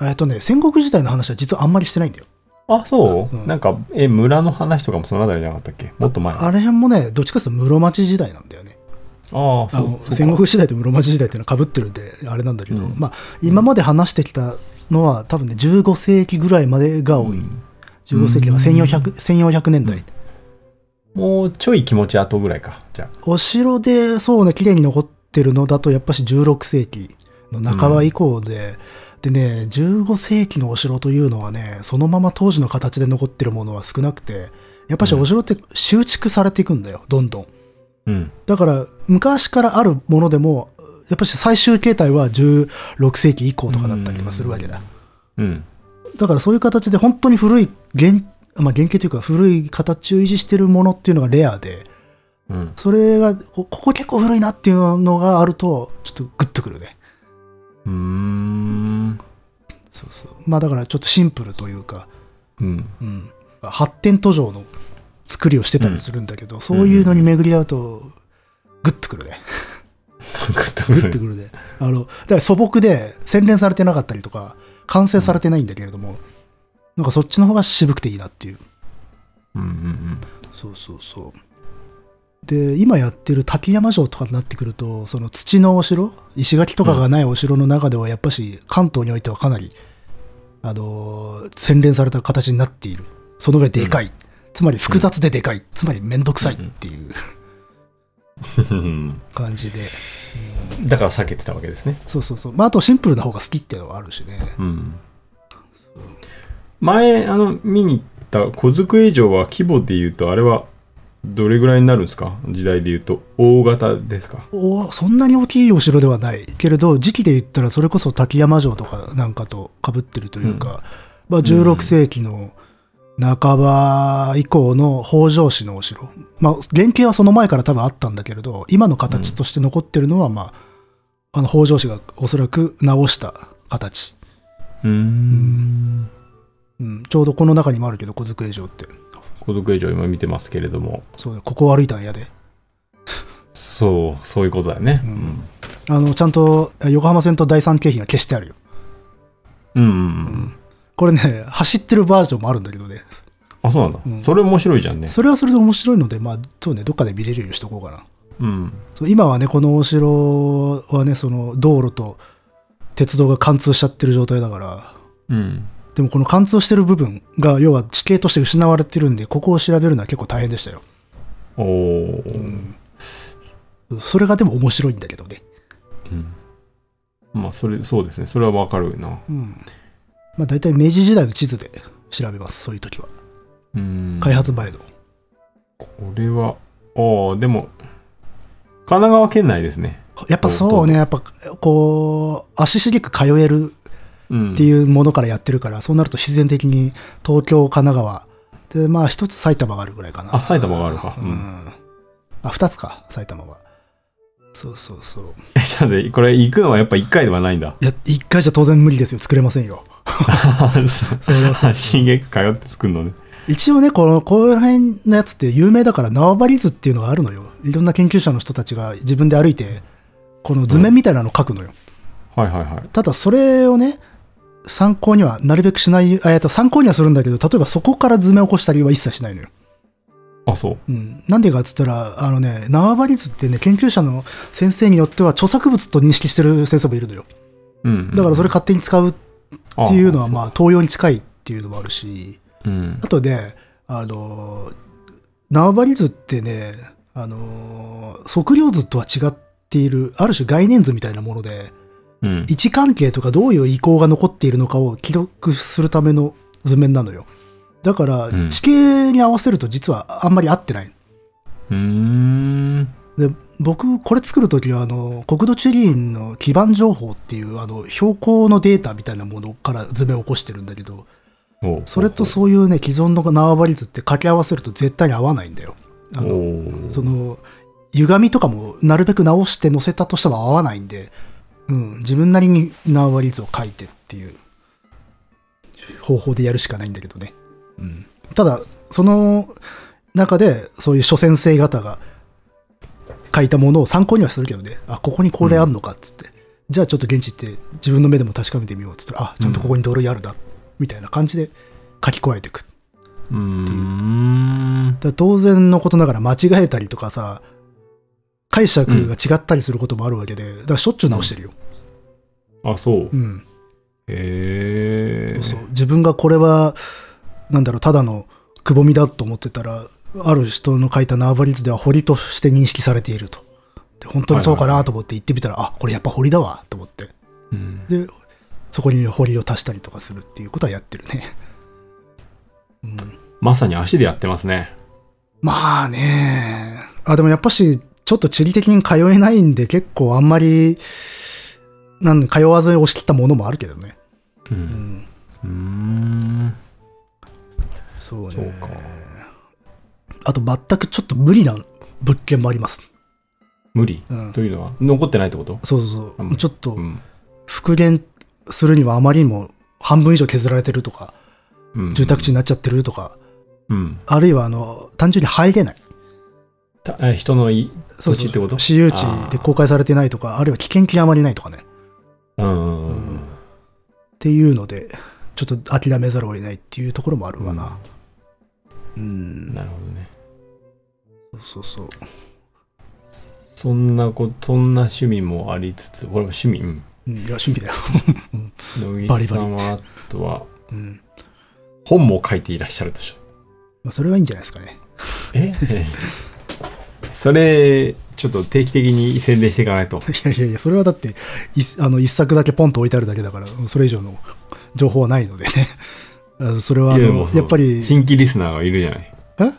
S2: えっとね、戦国時代の話は実はあんまりしてないんだよ。
S1: あ、そう、
S2: うん
S1: なんか、え、村の話とかもそのあたりじゃなかったっけもっと前。あ
S2: あれ辺もね、どっちかというと室町時代なんだよね。
S1: あ、
S2: あ
S1: そ
S2: の
S1: う。そう
S2: 戦
S1: か
S2: 国時代と室町時代っていうのは被ってるんで、あれなんだけど、
S1: うん
S2: まあ、今まで話してきたのは多分ね、15世紀ぐらいまでが多い。
S1: うん
S2: 15世紀だから1400、1400年代。
S1: もうちょい気持ち後ぐらいか。じゃあ。
S2: お城で、そうね、綺麗に残ってるのだと、やっぱし16世紀の半ば以降で、でね、15世紀のお城というのはね、そのまま当時の形で残ってるものは少なくて、やっぱしお城って修築されていくんだよ、どんどん。
S1: うん。
S2: だから、昔からあるものでも、やっぱし最終形態は16世紀以降とかだったりもするわけだ。
S1: うん。
S2: だからそういう形で本当に古い原、まあ、原型というか古い形を維持してるものっていうのがレアで、
S1: うん。
S2: それがこここ結構古いなっていうのがあるとちょっとグッとくるね
S1: うーん。
S2: そうそうまあだからちょっとシンプルというか、
S1: うん。
S2: うん、発展途上の作りをしてたりするんだけど、そういうのに巡り合うとグッとくるね
S1: グッと
S2: グ
S1: く
S2: ッ
S1: る。
S2: とくるねあのだから素朴で洗練されてなかったりとか完成されてないんだけれども、なんかそっちの方が渋くていいなっていう
S1: うんうん
S2: そうそうそうで今やってる滝山城とかになってくるとその土のお城石垣とかがないお城の中ではやっぱし関東においてはかなり、あのー洗練された形になっているその上でかい、つまり複雑ででかい、つまり面倒くさいっていう
S1: うん。
S2: 感じで、
S1: だから避けてたわけですね。
S2: そうそうそうまああとシンプルな方が好きっていうのはあるしね
S1: うん。前、あの、見に行った小机城は規模で言うと、あれはどれぐらいになるんですか時代で言うと、大型ですか
S2: おそんなに大きいお城ではないけれど時期で言ったらそれこそ滝山城とかなんかと被ってるというか、まあ、16世紀の半ば以降の北条氏のお城、まあ、原型はその前から多分あったんだけれど今の形として残ってるのは、まあ、あの北条氏がおそらく直した形、
S1: うーん。
S2: うん、ちょうどこの中にもあるけど小机城って
S1: 小机城今見てますけれども、
S2: そうねここを歩いたんやで
S1: そう、そういうことだよね。
S2: んあのちゃんと横浜線と第三京浜が消してあるよ
S1: うん。うんうんうん。
S2: これね走ってるバージョンもあるんだけどね
S1: あ、そうなんだ。
S2: うん
S1: それ面白いじゃんね。
S2: それはそれで面白いので、まあ、そうね、どっかで見れるようにしとこうかな。
S1: うん。
S2: そう今はねこのお城はねその道路と鉄道が貫通しちゃってる状態だから
S1: うん。
S2: でもこの貫通してる部分が要は地形として失われてるんでここを調べるのは結構大変でしたよ
S1: おー。
S2: それがでも面白いんだけどね
S1: うん。まあ、それ、そうですね。それはわかるな。
S2: うんまあ大体明治時代の地図で調べますそういう時は
S1: うん。
S2: 開発前の、
S1: これは、ああ、でも、神奈川県内ですね。
S2: やっぱそうねやっぱこう足しげく通える
S1: うん。
S2: っていうものからやってるから、そうなると自然的に東京、神奈川、で、まあ一つ埼玉があるぐらいかな。
S1: あ埼玉があるか
S2: う。
S1: うんん
S2: あ、二つか、埼玉は。そうそうそう。
S1: え、じゃあね、これ行くのはやっぱ1回ではないんだ。
S2: いや、一回じゃ当然無理ですよ。作れませんよ。
S1: そう。
S2: それはそう
S1: 新劇通って作るのね。
S2: 一応ね、この、この辺のやつって有名だから縄張り図っていうのがあるのよ。いろんな研究者の人たちが自分で歩いて、この図面みたいなの書くのよ。
S1: はいはいはい。
S2: ただそれをね、参考にはなるべくしない、あえっと参考にはするんだけど、例えばそこから図面を起こしたりは一切しないのよ。
S1: あ、そう。
S2: うん、なんでかっつったら、あのね、縄張り図ってね、研究者の先生によっては著作物と認識してる先生もいるのよ。
S1: うん、うん。
S2: だからそれ勝手に使うっていうのは、ま
S1: あ
S2: あ、東洋に近いっていうのもあるし、
S1: そう。うん
S2: あ。とね、あの、縄張り図ってね、あの、測量図とは違っている、ある種概念図みたいなもので、
S1: うん。
S2: 位置関係とかどういう意向が残っているのかを記録するための図面なのよ。だから
S1: う、ん
S2: 地形に合わせると実はあんまり合ってない。
S1: うーん。
S2: で僕これ作る時はあの国土地理院の基盤情報っていうあの標高のデータみたいなものから図面を起こしてるんだけど
S1: おう
S2: それとそういうね既存の縄張り図って掛け合わせると絶対に合わないんだよ。あ
S1: お
S2: の
S1: う
S2: その歪みとかもなるべく直して載せたとしても合わないんで、うん、自分なりに縄張り図を書いてっていう方法でやるしかないんだけどね、うん、ただその中でそういう諸先生方が書いたものを参考にはするけどねあここにこれあんのかっつって、じゃあちょっと現地行って自分の目でも確かめてみようっつったらあちゃんとここに土塁あるな、みたいな感じで書き加えていく
S1: うーん。
S2: だから当然のことながら間違えたりとかさ解釈が違ったりすることもあるわけで、だからしょっちゅう直してるよ、
S1: あ、そう
S2: う。ん
S1: へえ。
S2: そうそう自分がこれはなんだろうただのくぼみだと思ってたらある人の書いた縄張り図では堀として認識されているとで本当にそうかなと思って行ってみたら、あこれやっぱ堀だわと思って
S1: うん。
S2: でそこに堀を足したりとかするっていうことはやってるね、うん、
S1: まさに足でやってますね。
S2: まあねあ、でもやっぱし、ちょっと地理的に通えないんで、結構あんまり、なん通わずに押し切ったものもあるけどね。
S1: う。
S2: うんん。
S1: うーん。
S2: そうね。
S1: そうか。
S2: あと、全くちょっと無理な物件もあります。
S1: 無理。
S2: うん。
S1: というのは、残ってないってこと
S2: そうそう
S1: あ
S2: そ
S1: ん
S2: う。
S1: まり
S2: ちょっと
S1: う、ん。
S2: 復元するにはあまりにも半分以上削られてるとか、
S1: うん
S2: 住宅地。になっちゃってるとか、
S1: うん。
S2: あるいは、あの、単純に入れない。
S1: たえ人のい
S2: そうそう
S1: 土地ってこと
S2: 私有地
S1: あ
S2: で
S1: ー
S2: 公開されてないとか、あるいは危険極まりないとかね。
S1: うんうんうん
S2: っていうのでちょっと諦めざるを得ないっていうところもあるわなうん、
S1: うん。なるほどね。
S2: そうそうそう
S1: そんなこ、そんな趣味もありつつ、これも趣味。うん。
S2: うんいや趣味だよ、
S1: 野
S2: バリ
S1: 木さんは、あとは、
S2: うん
S1: 本も書いていらっしゃるとしょ。
S2: まあ、それはいいんじゃないですかね
S1: えそれ、ちょっと定期的に宣伝していかないと。
S2: いやいやいやそれはだっていあの一作だけポンと置いてあるだけだからそれ以上の情報はないのでね あのそれはあ
S1: いやでも
S2: の
S1: そう
S2: やっぱり
S1: 新規リスナーがいるじゃない。
S2: え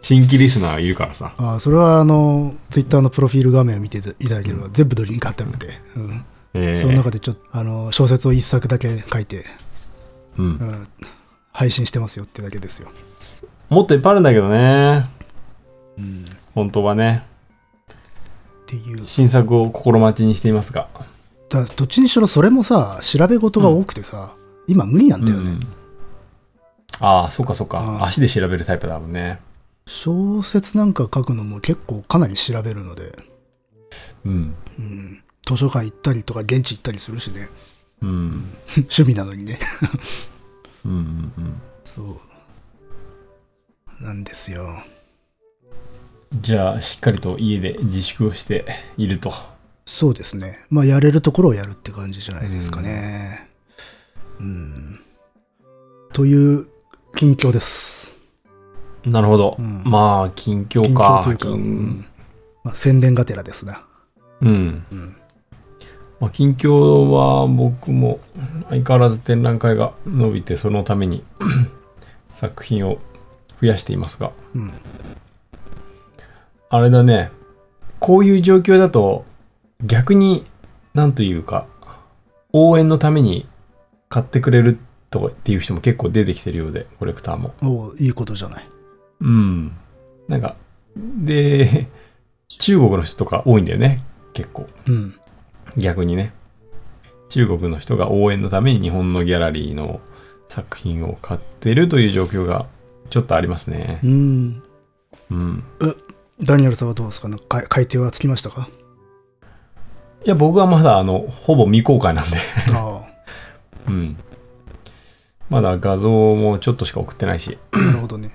S1: 新規リスナーがいるからさ。
S2: あそれはあのツイッターのプロフィール画面を見ていただければ全部のリンク貼ってあるので、うん
S1: えー
S2: その中でちょっとあの小説を一作だけ書いて、
S1: う。
S2: うんん、配信してますよってだけですよ、
S1: もっといっぱいあるんだけどね。
S2: うん、っ
S1: 本当はね。
S2: ていう
S1: 新作を心待ちにしていますが。
S2: だどっちにしろそれもさ調べ事が多くてさ、今無理なんだよね、
S1: うんああ、そっかそっ
S2: うん
S1: か。足で調べるタイプだもんね。
S2: 小説なんか書くのも結構かなり調べるので、
S1: うん。
S2: うん、図書館行ったりとか現地行ったりするしね
S1: うん。
S2: 趣味なのにね
S1: うん。うん。
S2: そうなんですよ
S1: じゃあ、しっかりと家で自粛をしていると。
S2: そうですね。まあ、やれるところをやるって感じじゃないですかね。うん。という近況です。
S1: なるほど。
S2: うん
S1: まあ、近況
S2: 近
S1: か
S2: 況。というか、う
S1: 近
S2: んまあ、宣伝がてらですな。
S1: うん。
S2: うん。
S1: まあ、近況は僕も相変わらず展覧会が伸びて、そのために 作品を増やしていますが。
S2: うん、
S1: あれだね。こういう状況だと、逆に、なんというか、応援のために買ってくれるとかっていう人も結構出てきてるようで、コレクターも。
S2: おういいことじゃない。
S1: うん。なんか、で、中国の人とか多いんだよね。結構。
S2: うん。
S1: 逆にね。中国の人が応援のために日本のギャラリーの作品を買ってるという状況がちょっとありますね
S2: う。ん。
S1: うん。
S2: ダニエルさんはどうですかなんか改定はつきましたか
S1: いや、僕はまだあの、ほぼ未公開なんで。
S2: あ
S1: うん。まだ画像もちょっとしか送ってないし。
S2: あ、なるほどね。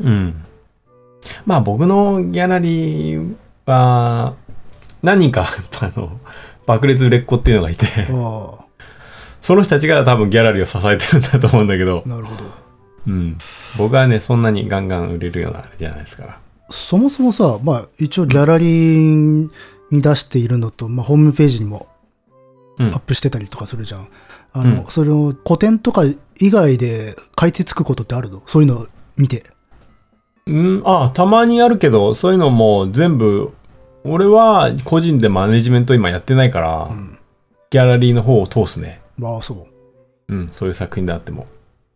S1: うん。まあ僕のギャラリーは、何人か、やっ ぱあの、爆裂売れっ子っていうのがいて、
S2: あ
S1: その人たちが多分ギャラリーを支えてるんだと思うんだけど
S2: あ、、なるほど。
S1: うん。僕はね、そんなにガンガン売れるようなあれじゃないですから。
S2: そもそもさ、まあ、一応ギャラリーに出しているのと、まあ、ホームページにも
S1: う
S2: アッ
S1: ん。
S2: プしてたりとかするじゃん。あの、
S1: うん
S2: それを古典とか以外で書いてつくことってあるのそういうのを見て。
S1: うん、あ、たまにあるけど、そういうのも全部、俺は個人でマネジメント今やってないから、
S2: うん。
S1: ギャラリーの方を通すね。
S2: まあ、そう。
S1: うん、そういう作品であっても。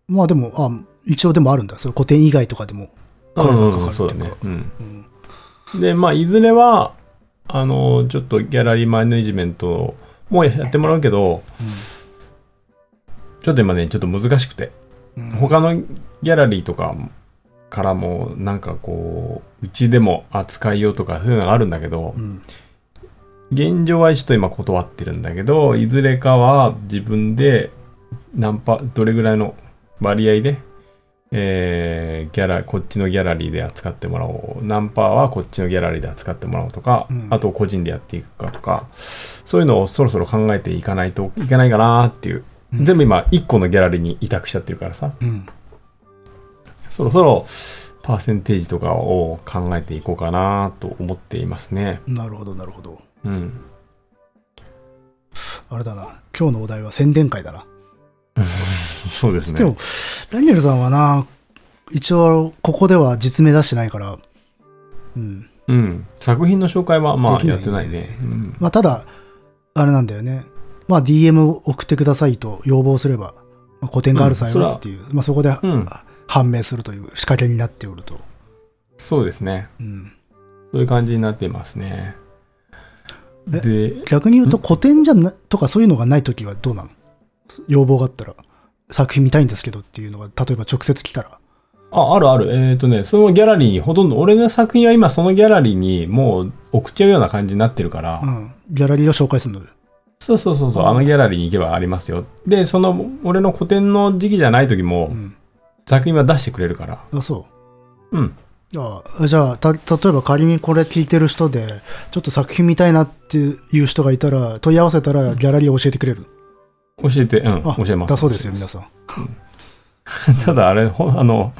S2: まあでも、あ一応でもあるんだ。それ古典以外とかでも。声がかかるっていうか
S1: うん、そうだね。うん。
S2: うん。
S1: で、まあ、いずれは、あの、ちょっとギャラリーマネジメントもやってもらうけど、ちょっと今ね、ちょっと難しくて、
S2: うん
S1: 他のギャラリーとかからも、なんかこう、うちでも扱いようとか、そういうのがあるんだけど
S2: う、ん。
S1: 現状はちょっと今断ってるんだけど、いずれかは自分で、何パ、どれぐらいの割合で、えーギャラ、こっちのギャラリーで扱ってもらおう。何パーはこっちのギャラリーで扱ってもらおうとか、
S2: うん
S1: あと個人でやっていくかとか、そういうのをそろそろ考えていかないといけないかなっていう。
S2: うん
S1: 全部今、1個のギャラリーに委託しちゃってるからさ、
S2: うん。
S1: そろそろパーセンテージとかを考えていこうかなと思っていますね。
S2: なるほど、なるほど。
S1: うん。
S2: あれだな。今日のお題は宣伝会だな。
S1: そうですね。
S2: でも、ダニエルさんはな、一応、ここでは実名出してないから、うん。
S1: うん、作品の紹介はま
S2: で
S1: あ
S2: きな
S1: やっ
S2: いね
S1: てないね。うん
S2: まあ、ただ、あれなんだよね。まあ、DM を送ってくださいと要望すれば、まあ、個展がある際
S1: うんそれは
S2: はっていう、まあ、そこで、
S1: うん
S2: 判明するという仕掛けになっておると。
S1: そうですね。
S2: うん、
S1: そういう感じになっていますね。
S2: え
S1: で、
S2: 逆に言うと、個展じゃなとかそういうのがないときはどうなの要望があったら、作品見たいんですけどっていうのが、例えば直接来たら。
S1: あ、あるある。えっ、とね、そのギャラリーにほとんど、俺の作品は今そのギャラリーにもう送っちゃうような感じになってるから、
S2: うん、ギャラリーを紹介するので。
S1: そうそうそうそう、あのギャラリーに行けばありますよ。で、その、俺の個展の時期じゃない時も、
S2: うん、
S1: 作品は出してくれるから。
S2: あそう。
S1: うん。
S2: ああじゃあた例えば仮にこれ聞いてる人でちょっと作品見たいなっていう人がいたら問い合わせたらギャラリーを教えてくれる、
S1: 教えて、うん、
S2: あ
S1: 教えます。
S2: だそうですよ皆さん
S1: ただあれ、ほんあの、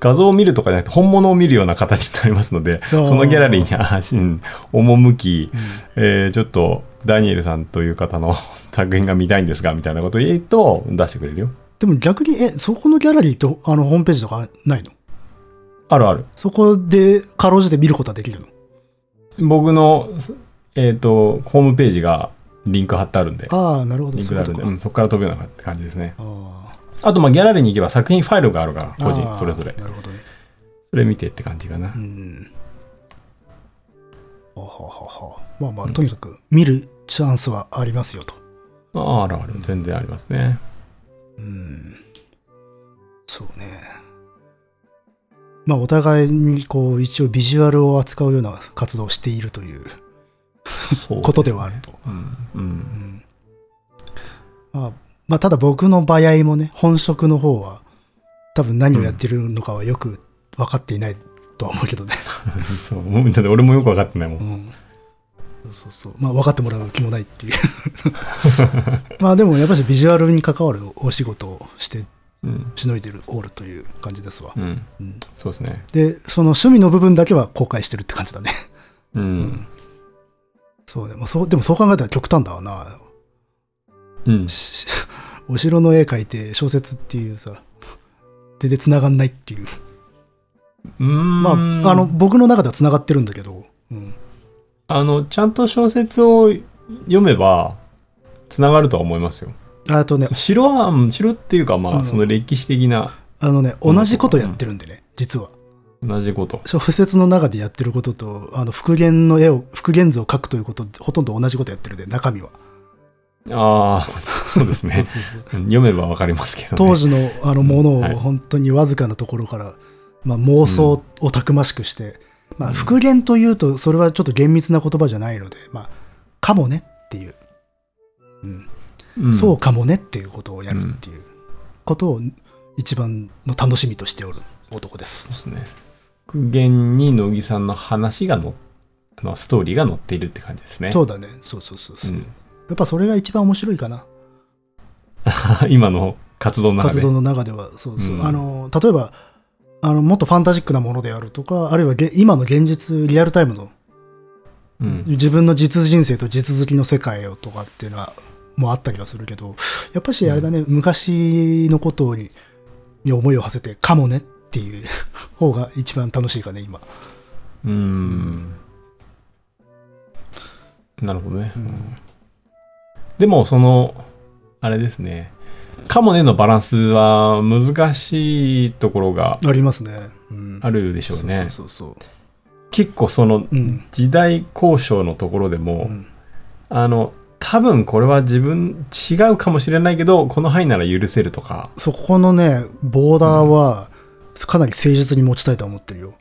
S1: 画像を見るとかじゃなくて本物を見るような形になりますので、
S2: ー
S1: そのギャラリーに足に赴き、えーちょっとダニエルさんという方の 作品が見たいんですが、みたいなことを言うと出してくれるよ。
S2: でも逆にえそこのギャラリーってあのホームページとかないの
S1: あるある。
S2: そこでかろうじて見ることはできるの
S1: 僕の、えっ、と、ホームページがリンク貼ってあるんで、
S2: ああなるほど
S1: リンク
S2: そう
S1: が
S2: い
S1: あ
S2: う
S1: るんで、
S2: ことか
S1: うん、そこから飛ぶような感じですね。
S2: あ
S1: あと、まあ、ギャラリーに行けば作品ファイルがあるから、
S2: あ
S1: 個人
S2: ああ、
S1: それぞれ。
S2: なるほどね
S1: それ見てって感じかな
S2: う。んははははまあまあとにかく見るチャンスはありますよと
S1: ああるある。全然あります ね。
S2: うんそうね。まあ、お互いに、こう、一応ビジュアルを扱うような活動をしているという
S1: そう。
S2: ことではあると。
S1: うん。うん
S2: うんまあ、まあ、ただ僕の場合もね、本職の方は、多分何をやってるのかはよく分かっていないとは思うけどね。
S1: そう、もうだって俺もよく分かってないも。
S2: うんん。そうそうそう。まあ、分かってもらう気もないっていう。 まあ、でも、やっぱりビジュアルに関わるお仕事をして、
S1: うん。
S2: しのいでるオールという感じですわ。
S1: うん。
S2: うん
S1: そうですね。
S2: で、その趣味の部分だけは公開してるって感じだね。
S1: うん。
S2: そうね。まあ、そう、でもそう考えたら極端だわな。
S1: うん。
S2: しお城の絵描いて小説っていうさ、全然繋がんないっていう。
S1: うん
S2: まあ、あの、、僕の中では繋がってるんだけど、うん。
S1: あの、ちゃんと小説を読めば、つながるとは思いますよ。
S2: あとね、
S1: 城は、うん城っていうか、ま
S2: う
S1: あ、
S2: ん
S1: その歴史的な、
S2: あのね、同じことやってるんでね、実は。
S1: 同じこと。
S2: 小説の中でやってることと、あの、復元の絵を、復元図を描くということ、ほとんど同じことやってるんで、中身は。
S1: ああ、 そうですね。
S2: そうそう
S1: うん読めばわかりますけどね。
S2: 当時のあのもの
S1: はい
S2: を本当にわずかなところから、まあ、妄想をたくましくして、まあ、復元というとそれはちょっと厳密な言葉じゃないので、まあ、かもねっていう、うん
S1: うん
S2: そうかもねっていうことをやるっていうことを一番の楽しみとしておる男で
S1: そ
S2: す
S1: う。ですね。復元に乃木さんの話がの、あのストーリーが載っているって感じですね。
S2: そうだねそうそうそうそう、
S1: う
S2: や
S1: ん、
S2: っぱそれが一番面白いかな
S1: 今の活動の中
S2: 活
S1: で。
S2: 動の中ではそうそう、
S1: うん
S2: あの例えばあのもっとファンタジックなものであるとかあるいはげ今の現実リアルタイムの
S1: うん。
S2: 自分の実人生と実好きの世界をとかっていうのはもうあったりはするけどやっぱしあれだね、昔のことにに思いを馳せてかもねっていう 方が一番楽しいかね今
S1: うん。なるほどね。でも、その、あれですね。かもねのバランスは難しいところが
S2: ありますね、うん、
S1: あるでしょうね。
S2: そうそうそうそ
S1: 結構その
S2: ううん
S1: 時代交渉のところでも、
S2: うん
S1: あの、多分これは自分違うかもしれないけど、この範囲なら許せるとか、
S2: そこのねボーダーはかなり誠実に持ちたいとは思ってるよ、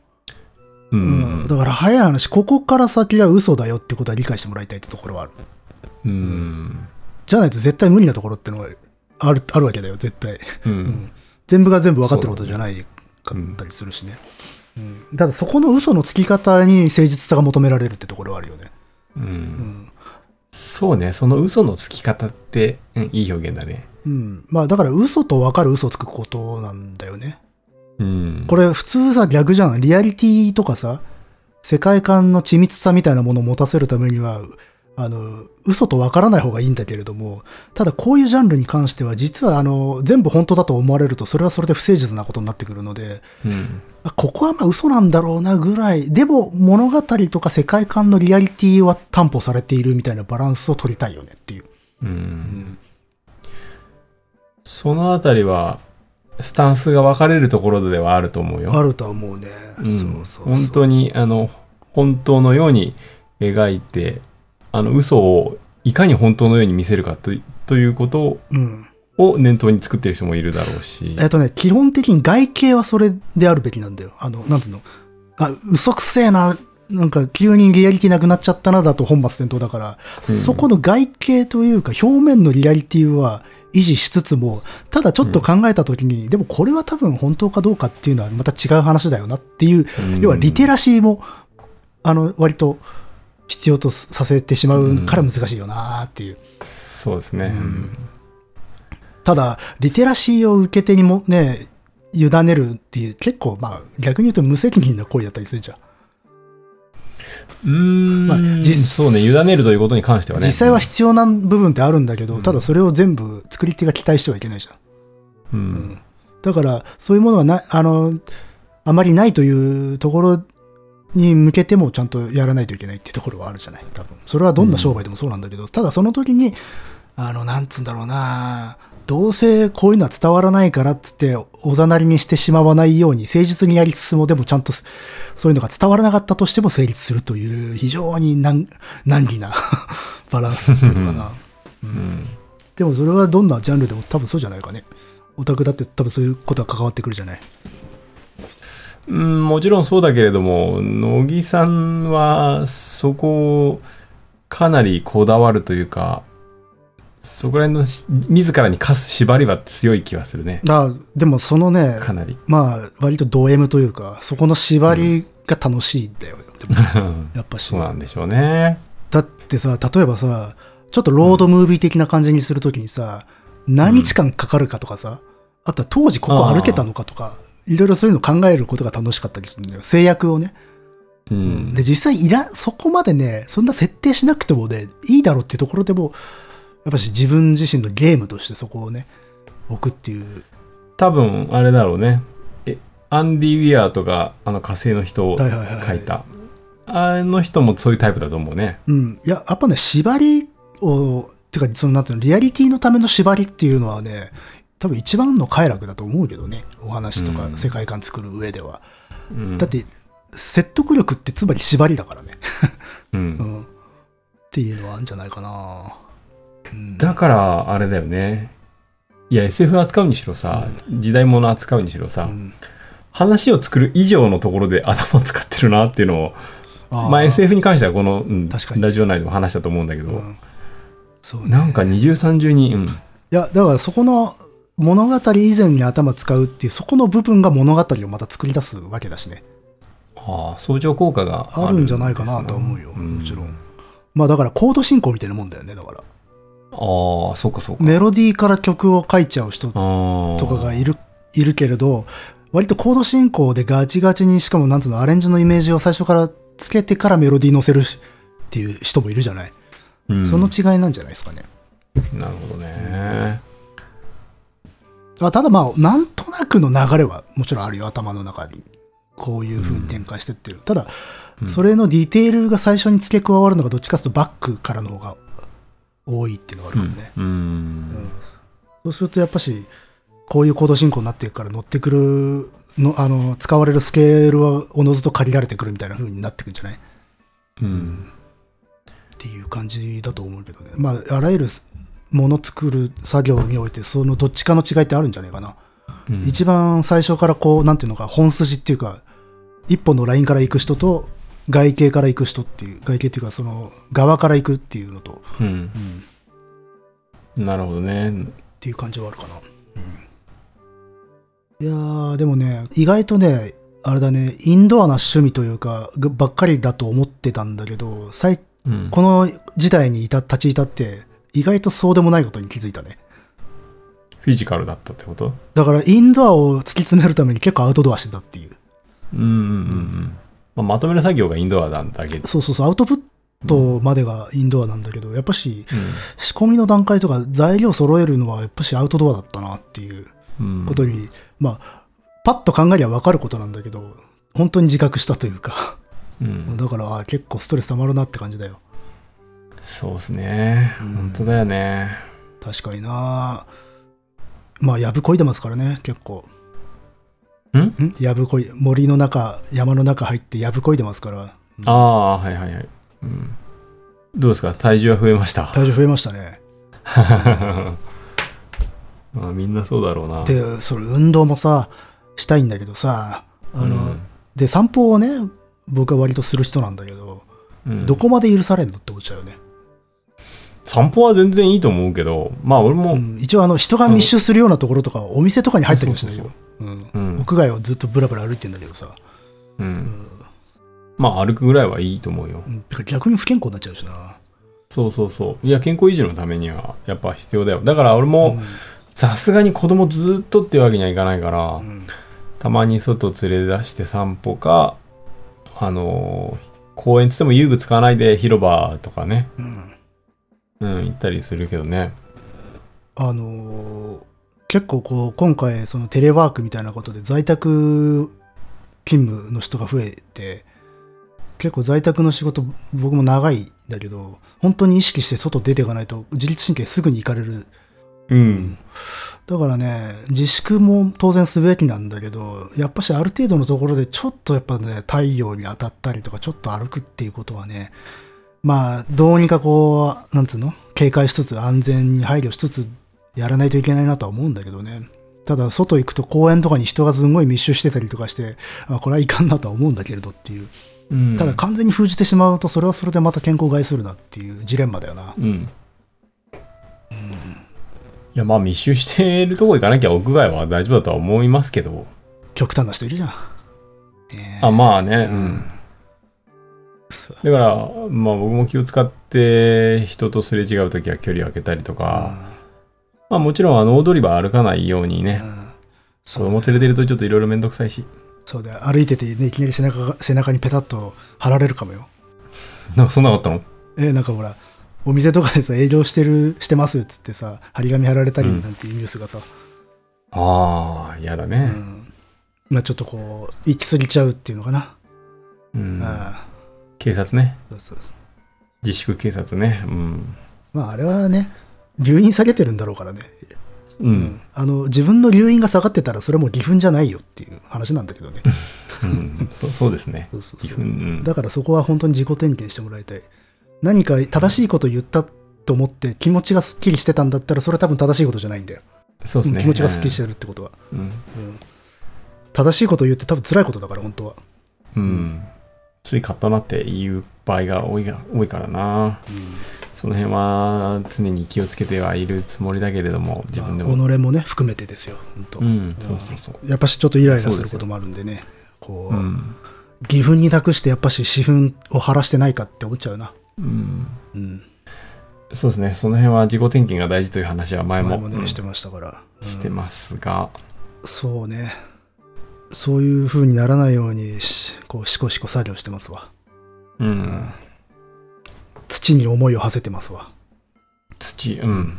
S1: うん
S2: うんだから早い話ここから先は嘘だよってことは理解してもらいたいってところはある
S1: うん
S2: じゃないと絶対無理なところってのがあるあるわけだよ絶対
S1: うん
S2: 全部が全部分かってることじゃないかったりするしね。うん、ただそこの嘘のつき方に誠実さが求められるってところはあるよね。
S1: うんそうね、その嘘のつき方って、うんいい表現だね。
S2: うん。まあだから嘘と分かる嘘をつくことなんだよね。
S1: うん
S2: これ普通さ逆じゃん。リアリティとかさ、世界観の緻密さみたいなものを持たせるためには、あの、嘘と分からない方がいいんだけれども、ただこういうジャンルに関しては実はあの、全部本当だと思われるとそれはそれで不誠実なことになってくるので、
S1: うん
S2: あここはまあ嘘なんだろうなぐらい、でも物語とか世界観のリアリティは担保されているみたいなバランスを取りたいよねっていう。
S1: うんそのあたりは、スタンスが分かれるところではあると思うよ。
S2: あるとは思うね。
S1: うん
S2: そうそうそう
S1: 本当にあの本当のように描いてあの嘘をいかに本当のように見せるかといということ
S2: うん。
S1: を念頭に作ってる人もいるだろうし
S2: えっとね、基本的に外形はそれであるべきなんだよ。あの、なんつうの。あ、嘘くせえな。なんか急にリアリティなくなっちゃったなだと本末転倒だから、
S1: うん
S2: そこの外形というか表面のリアリティは維持しつつも、ただちょっと考えた時に、でもこれは多分本当かどうかっていうのはまた違う話だよなっていう
S1: うん
S2: 要はリテラシーも、あの、割と必要とさせてしまうから難しいよなっていう。
S1: そうですね、
S2: ただ、リテラシーを受け手にもね、委ねるっていう、結構まあ、逆に言うと無責任な行為だったりするじゃん。
S1: うーん、
S2: まあ実
S1: そうね委ねるということに関してはね
S2: 実際は必要な部分ってあるんだけど、ただそれを全部作り手が期待してはいけないじゃ
S1: う
S2: ん。
S1: ん、
S2: だから、そういうものがな、あの、あまりないというところに向けてもちゃんとやらないといけないっていうところはあるじゃない、多分。それはどんな商売でもそうなんだけど、ただその時に、あの、なんつうんだろうな、どうせこういうのは伝わらないからっつって、おざなりにしてしまわないように、誠実にやりつつも、でもちゃんとすそういうのが伝わらなかったとしても成立するという、非常に難難儀な バランスっていうのかな。でもそれはどんなジャンルでも多分そうじゃないかね。オタクだって多分そういうことは関わってくるじゃない。
S1: うんもちろんそうだけれども乃木さんはそこをかなりこだわるというかそこら辺のし自らに課す縛りは強い気はするね。
S2: あでもそのね
S1: かなり。
S2: まあ割とド M というかそこの縛りが楽しいんだよ、でもやっぱし
S1: そうなんでしょうね。
S2: だってさ例えばさちょっとロードムービー的な感じにするときにさ、何日間かかるかとかさあとは当時ここ歩けたのかとかいろいろそういうの考えることが楽しかったりするんだよ制約をね
S1: うん。
S2: で実際いらそこまでねそんな設定しなくてもねいいだろうっていうところでもやっぱし自分自身のゲームとしてそこをね置くっていう
S1: 多分、あれだろうね。え、アンディ・ウィアーとか、あの火星の人を
S2: は
S1: 書
S2: い
S1: い
S2: はいはいはい
S1: た。あの人もそういうタイプだと思うね。
S2: うん、いや、やっぱね、縛りを、てか、その、なんていうの、リアリティのための縛りっていうのはね、多分一番の快楽だと思うけどね、お話とか
S1: うん
S2: 世界観作る上では。
S1: うん。
S2: だって、説得力ってつまり縛りだからね。
S1: う。
S2: うんん。っていうのはあるんじゃないかな。うん、
S1: だから、あれだよね。いや、SF 扱うにしろさ、時代物扱うにしろさ、
S2: うん
S1: 話を作る以上のところで頭を使ってるなっていうのを、
S2: あー
S1: まあ SF に関してはこの、うん
S2: 確かに
S1: ラジオ内でも話したと思うんだけど、
S2: うんそうね
S1: なんか二重三重に、うん。
S2: いや、だからそこの物語以前に頭使うっていう、そこの部分が物語をまた作り出すわけだしね。
S1: ああ、相乗効果が
S2: あるんじゃないかなとは思うよ、もちろん。まあだからコード進行みたいなもんだよね、だから。
S1: ああ、そうかそうか。
S2: メロディーから曲を書いちゃう人
S1: あー
S2: とかがいる、いるけれど、割とコード進行でガチガチに、しかもなんつうの、アレンジのイメージを最初からつけてからメロディー乗せるしっていう人もいるじゃない。
S1: うん
S2: その違いなんじゃないですかね。
S1: なるほどね。
S2: あただまあ、なんとなくの流れはもちろんあるよ、頭の中に。こういう風に展開してってる。ただ、それのディテールが最初に付け加わるのがどっちかというとバックからの方が多いっていうのがあるからね。
S1: うん。
S2: そうするとやっぱし、こういうコード進行になっていくから乗ってくるの、あの、使われるスケールはおのずと限られてくるみたいな風になってくるんじゃないっ
S1: うん。
S2: ていう感じだと思うけどね。まあ、あらゆるもの作る作業において、そのどっちかの違いってあるんじゃないかな。
S1: うん
S2: 一番最初からこう、なんていうのか、本筋っていうか、一本のラインから行く人と、外形から行く人っていう、外形っていうか、その、側から行くっていうのと、っ
S1: うん。なるほどね。
S2: ていう感じはあるかな。いやー、でもね、意外とね、あれだね、インドアな趣味というか、ぐばっかりだと思ってたんだけど、最
S1: うん。
S2: この事態にいた立ち至って、意外とそうでもないことに気づいたね。
S1: フィジカルだったってこと
S2: だから、インドアを突き詰めるために結構アウトドアしてたっていう。
S1: うんうんうんうん。まあ、まとめる作業がインドアなんだけど。
S2: そうそうそう、アウトプットまでがインドアなんだけど、やっぱし、仕込みの段階とか材料揃えるのは、やっぱしアウトドアだったなっていう
S1: うん。うん
S2: ことに、まあ、パッと考えりゃわかることなんだけど、本当に自覚したというか、
S1: うん。
S2: だから、あ結構ストレス溜まるなって感じだよ。
S1: そうですね。本当だよね。
S2: 確かになまあ、やぶこいでますからね、結構。
S1: ん
S2: やぶこい、森の中、山の中入ってやぶこいでますから、
S1: ああ、はいはいはい。うん。どうですか体重は増えました。
S2: 体重増えましたね。
S1: まあ、みんなそうだろうな。
S2: で、それ運動もさ、したいんだけどさ、あの、
S1: うん
S2: で、散歩をね、僕は割とする人なんだけど、
S1: うん
S2: どこまで許されんのって思っちゃうよね。
S1: 散歩は全然いいと思うけど、まあ俺も、
S2: うん一応、あの、人が密集するようなところとか、お店とかに入ったりもしない
S1: そう
S2: よ。うん
S1: うん
S2: 屋外をずっとブラブラ歩いてんだけどさ、
S1: うん、まあ歩くぐらいはいいと思うよ。
S2: うんてか逆に不健康になっちゃうしな。
S1: そうそうそう。いや、健康維持のためにはやっぱ必要だよ。だから俺も、さすがに子供ずっとっていうわけにはいかないから、
S2: ん
S1: たまに外連れ出して散歩か、あのー公園つっても遊具使わないで広場とかね、
S2: うん
S1: うん、行ったりするけどね。
S2: あのー結構こう、今回、そのテレワークみたいなことで在宅勤務の人が増えて、結構在宅の仕事、僕も長いんだけど、本当に意識して外出ていかないと自律神経すぐに行かれる。
S1: うん。
S2: だからね、自粛も当然すべきなんだけど、やっぱしある程度のところでちょっとやっぱね、太陽に当たったりとか、ちょっと歩くっていうことはね、まあ、どうにかこう、なんつうの警戒しつつ、安全に配慮しつつ、やらないといけないなとは思うんだけどね。ただ、外行くと公園とかに人がすごい密集してたりとかして、あこれはいかんなとは思うんだけれどっていう。
S1: うん、
S2: ただ、完全に封じてしまうと、それはそれでまた健康を害するなっていうジレンマだよな。
S1: うん。いや、まあ密集してるとこ行かなきゃ屋外は大丈夫だとは思いますけど。
S2: 極端な人いるじゃん。ねえ
S1: あ、まあね、う
S2: うんん。
S1: だから、まあ僕も気を使って人とすれ違うときは距離を空けたりとか、まあもちろんあの大通り場歩かないように
S2: うん
S1: ね、
S2: うん
S1: 子
S2: そう
S1: 供連れてるとちょっといろいろめんどくさいし、
S2: そうだよ歩いててねいきなり背中が背中にペタッと貼られるかもよ
S1: なんかそんなのあったの
S2: えなんかほらお店とかでさ営業してるしてますっつってさ張り紙貼られたりなんていうニュースがさ、
S1: ああ、嫌だ
S2: うん
S1: ね。
S2: まあちょっとこう行き過ぎちゃうっていうのかな、
S1: うん
S2: あ
S1: 警察ね。
S2: あそうそうそう
S1: 自粛警察ね。うん。
S2: まああれはね留飲下げてるんだろうからね、
S1: う。
S2: うんあの自分の留飲が下がってたらそれはもう義憤じゃないよっていう話なんだけどね
S1: うん、そうそうですね。
S2: そうそうそう
S1: うんうん
S2: だからそこは本当に自己点検してもらいたい。何か正しいこと言ったと思って気持ちがすっきりしてたんだったらそれは多分正しいことじゃないんだよ。
S1: そうですね。
S2: 気持ちがすっきりしてるってことは。
S1: うん。
S2: うん正しいこと言って多分辛いことだから本当は。
S1: うん。つい買ったなっていう場合が多いが多いからな。その辺は常に気をつけてはいるつもりだけれども、自分でも。
S2: まあ己もね含めてですよ。本当
S1: うん、そうそうそう。
S2: やっぱしちょっとイライラすることもあるんでね。こう、
S1: うん。
S2: 義憤に託してやっぱし私憤を晴らしてないかって思っちゃうな。
S1: うん、
S2: うん。
S1: そうですね。その辺は自己点検が大事という話は前も
S2: 前も
S1: う
S2: ね
S1: ん
S2: してましたから。うん
S1: してますが、
S2: そうね。そういう風にならないようにし、こう、しこしこ作業してますわ。
S1: うん。
S2: 土に思いを馳せてますわ。
S1: 土、うん。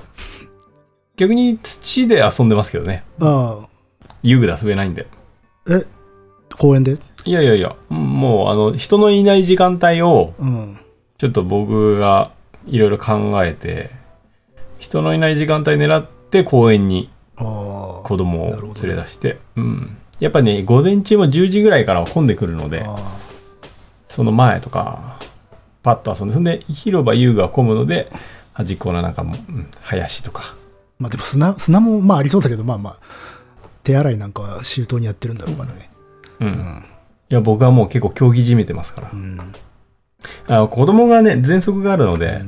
S1: 逆に土で遊んでますけどね。
S2: あ
S1: 遊具で遊べないんで。
S2: あ、え、公園で
S1: いやいやいや、うんもうあの、人のいない時間帯を、
S2: うん。
S1: ちょっと僕がいろいろ考えて、人のいない時間帯狙って公園に
S2: ああ。
S1: 子供を
S2: なるほどね
S1: 連れ出して、うん。やっぱね、午前中も10時ぐらいから混んでくるので、
S2: あ
S1: その前とか、パッと遊んで、そんで広場遊具が混むので、端っこのなんかもう、うん、林とか、
S2: まあでも砂、砂もまあありそうだけど、まあまあ、手洗いなんかは周到にやってるんだろうからね。
S1: うん。いや、僕はもう結構競技じみてますから
S2: う。ん。
S1: あ子供がね、喘息があるので、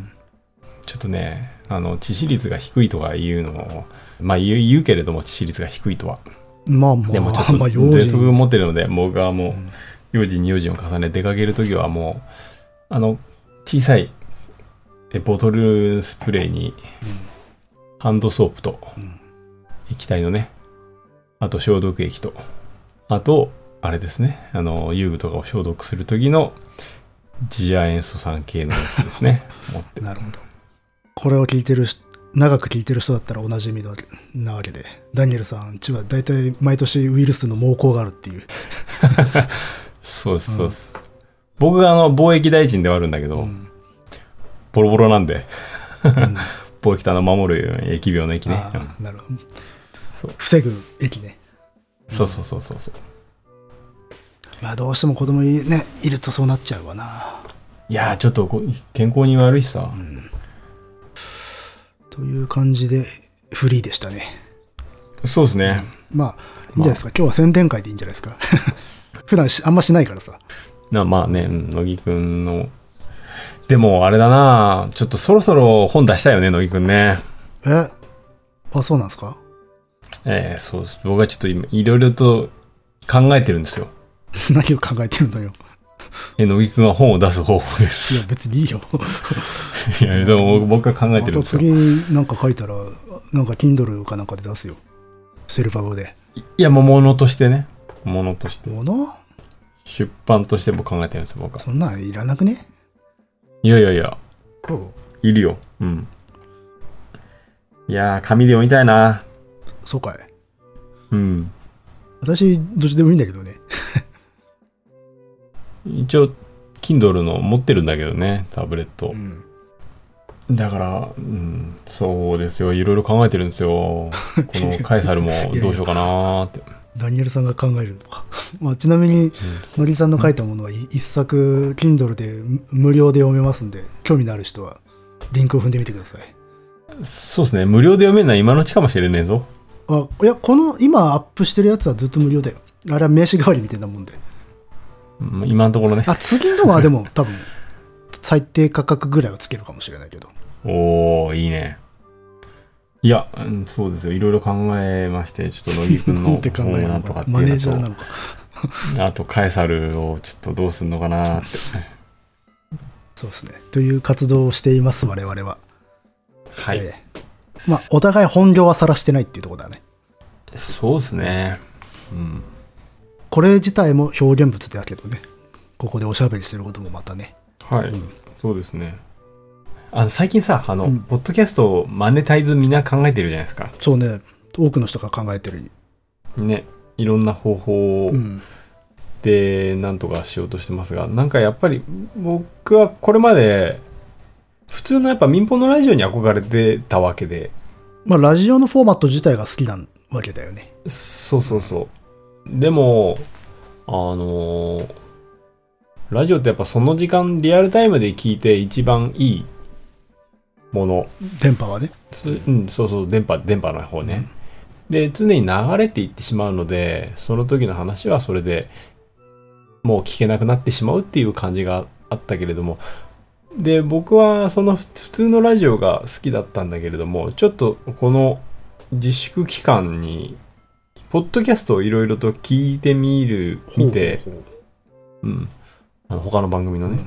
S1: ちょっとね、あの、致死率が低いとか言うのを、まあ言う言うけれども、致死率が低いとは。
S2: まあまあ、
S1: でもちょっと、
S2: まあ、用
S1: 喘息
S2: 心。
S1: 持ってるので、僕はもう、用心に用心を重ね、出かけるときはもう、あの、小さい、えボトルスプレーに、ハンドソープと、
S2: ん
S1: 液体のね、あと消毒液と、あと、あれですね、あの、遊具とかを消毒するときの、次亜塩素酸系のやつですね。持って。
S2: なるほど。これを聞いてる人、長く聞いてる人だったらおなじみのなわけで。ダニエルさん、ちは大体毎年ウイルスの猛攻があるっていう。
S1: そうです、そうです。僕があの、貿易大臣ではあるんだけど、
S2: ん
S1: ボロボロなんで、
S2: うん
S1: 貿易とあの、守る疫病の疫ね。うん
S2: ああ、なるほど。
S1: そう
S2: 防ぐ駅ね。
S1: そうそうそうそうそう。
S2: まあどうしても子供い,、ね、いるとそうなっちゃうわな。
S1: いやー、ちょっとこう健康に悪いしさ。
S2: という感じでフリーでしたね。
S1: そうですね。
S2: まあいいんじゃないですか、今日は宣伝会でいいんじゃないですか。 普段しあんましないからさ。
S1: なまあね、うん乃木くんの。でも、あれだなちょっとそろそろ本出したいよね、乃木くんね。
S2: えあそうなんですか
S1: ええそうです。僕はちょっと今、いろいろと考えてるんですよ。
S2: 何を考えてるのよ。
S1: え、乃木くんが本を出す方法で
S2: いや
S1: す。
S2: 別にいいよ。
S1: いや、でも僕は考え
S2: ま
S1: てるん
S2: た
S1: ですよ。
S2: 次なんか書いたらなんか Kindle かなんかで出すよ。セルパ語で。
S1: いや、もう物としてね。物として。
S2: もの
S1: 出版としても考えてるんですよ、僕は。
S2: そんなんいらなくね
S1: いやいやいや、
S2: そう
S1: いるよ。うん。いやー、紙で読みたいな
S2: そうかい。
S1: うん。
S2: 私どっちでもいいんだけどね。
S1: 一応、Kindle の持ってるんだけどね、タブレット
S2: う。ん。
S1: だから、うん、そうですよ。いろいろ考えてるんです よ。このカエサルもどうしようかなーって。
S2: ダニエルさんが考えるのか。 まあちなみにのりさんの書いたものは一作 Kindle で無無料で読めますんで興味のある人はリンクを踏んでみてください
S1: うんそうですね。無料で読めるのは今のうちかもしれねえぞ。
S2: あいやこの今アップしてるやつはずっと無料だよあれは名刺代わりみたいなもんで
S1: うん今のところね。
S2: あ次のは でも多分最低価格ぐらいはつけるかもしれないけど
S1: おー、いいね。いや、うんそうですよ。いろいろ考えまして、ちょっと乃木くん
S2: な
S1: の
S2: んて考
S1: 方
S2: え
S1: をな
S2: なん
S1: とか
S2: の
S1: って
S2: マ
S1: い
S2: ネ
S1: う
S2: ー
S1: の
S2: ジャーな
S1: と、
S2: のか。
S1: あとカエサルをちょっとどうすんのかなって。
S2: そうですね。という活動をしています、我々は。
S1: はい。
S2: ええまあ、お互い本業はさらしてないっていうところだね。
S1: そうですね。うん。
S2: これ自体も表現物だけどね。ここでおしゃべりすることもまたね。
S1: はい、そうですね。あの、最近さ、あの、
S2: うん
S1: ポッドキャストをマネタイズみんな考えてるじゃないですか。
S2: そうね。多くの人が考えてる。
S1: ね。いろんな方法
S2: うん。
S1: でなんとかしようとしてますが、なんかやっぱり僕はこれまで、普通のやっぱ民放のラジオに憧れてたわけで、
S2: まあ、ラジオのフォーマット自体が好きなわけだよね。
S1: そうそうそう。でも、あのーラジオってやっぱその時間リアルタイムで聞いて一番いいもの
S2: 電波はね。
S1: つうん、そうそう、電波、電波の方ね。で、常に流れていってしまうので、その時の話はそれでもう聞けなくなってしまうっていう感じがあったけれども、で、僕はそのふ普通のラジオが好きだったんだけれども、ちょっとこの自粛期間に、ポッドキャストをいろいろと聞いてみる、見て、
S2: ほうほうほう
S1: うん、あの他の番組のね、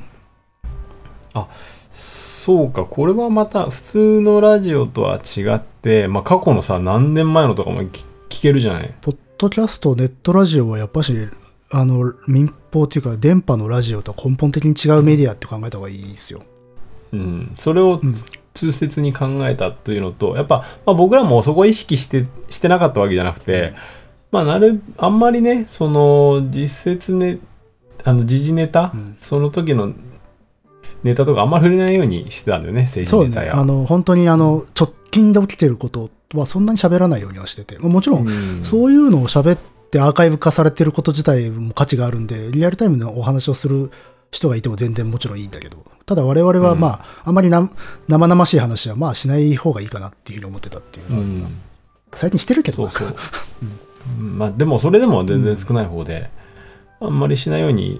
S1: あそうかこれはまた普通のラジオとは違って、まあ、過去のさ何年前のとかも聞聞けるじゃない
S2: ポッドキャスト、ネットラジオはやっぱし、あの、民放っていうか、電波のラジオとは根本的に違うメディアって考えた方がいいですよ。
S1: うん、それを
S2: うん
S1: 通説に考えたというのと、やっぱ、まあ、僕らもそこを意識してしてなかったわけじゃなくて、まあ、なるあんまりねその実説ねあの時事ネタ、
S2: うん
S1: その時のネタとかあんまり触れないようにしてたんだよね政
S2: そう
S1: 治ネ
S2: ね。
S1: タや。
S2: あの、本当にあの、直近で起きてることはそんなに喋らないようにはしてて。まあもちろん、
S1: うん
S2: そういうのを喋ってアーカイブ化されてること自体も価値があるんで、リアルタイムのお話をする人がいても全然もちろんいいんだけど、ただ我々は
S1: うん
S2: まあ、あまりな生々しい話はまあしない方がいいかなっていうふうに思ってたっていう
S1: う
S2: のは、
S1: ん
S2: 最近してるけど
S1: そう
S2: な、
S1: そう。うんまあでもそれでも全然少ない方で、あんまりしないように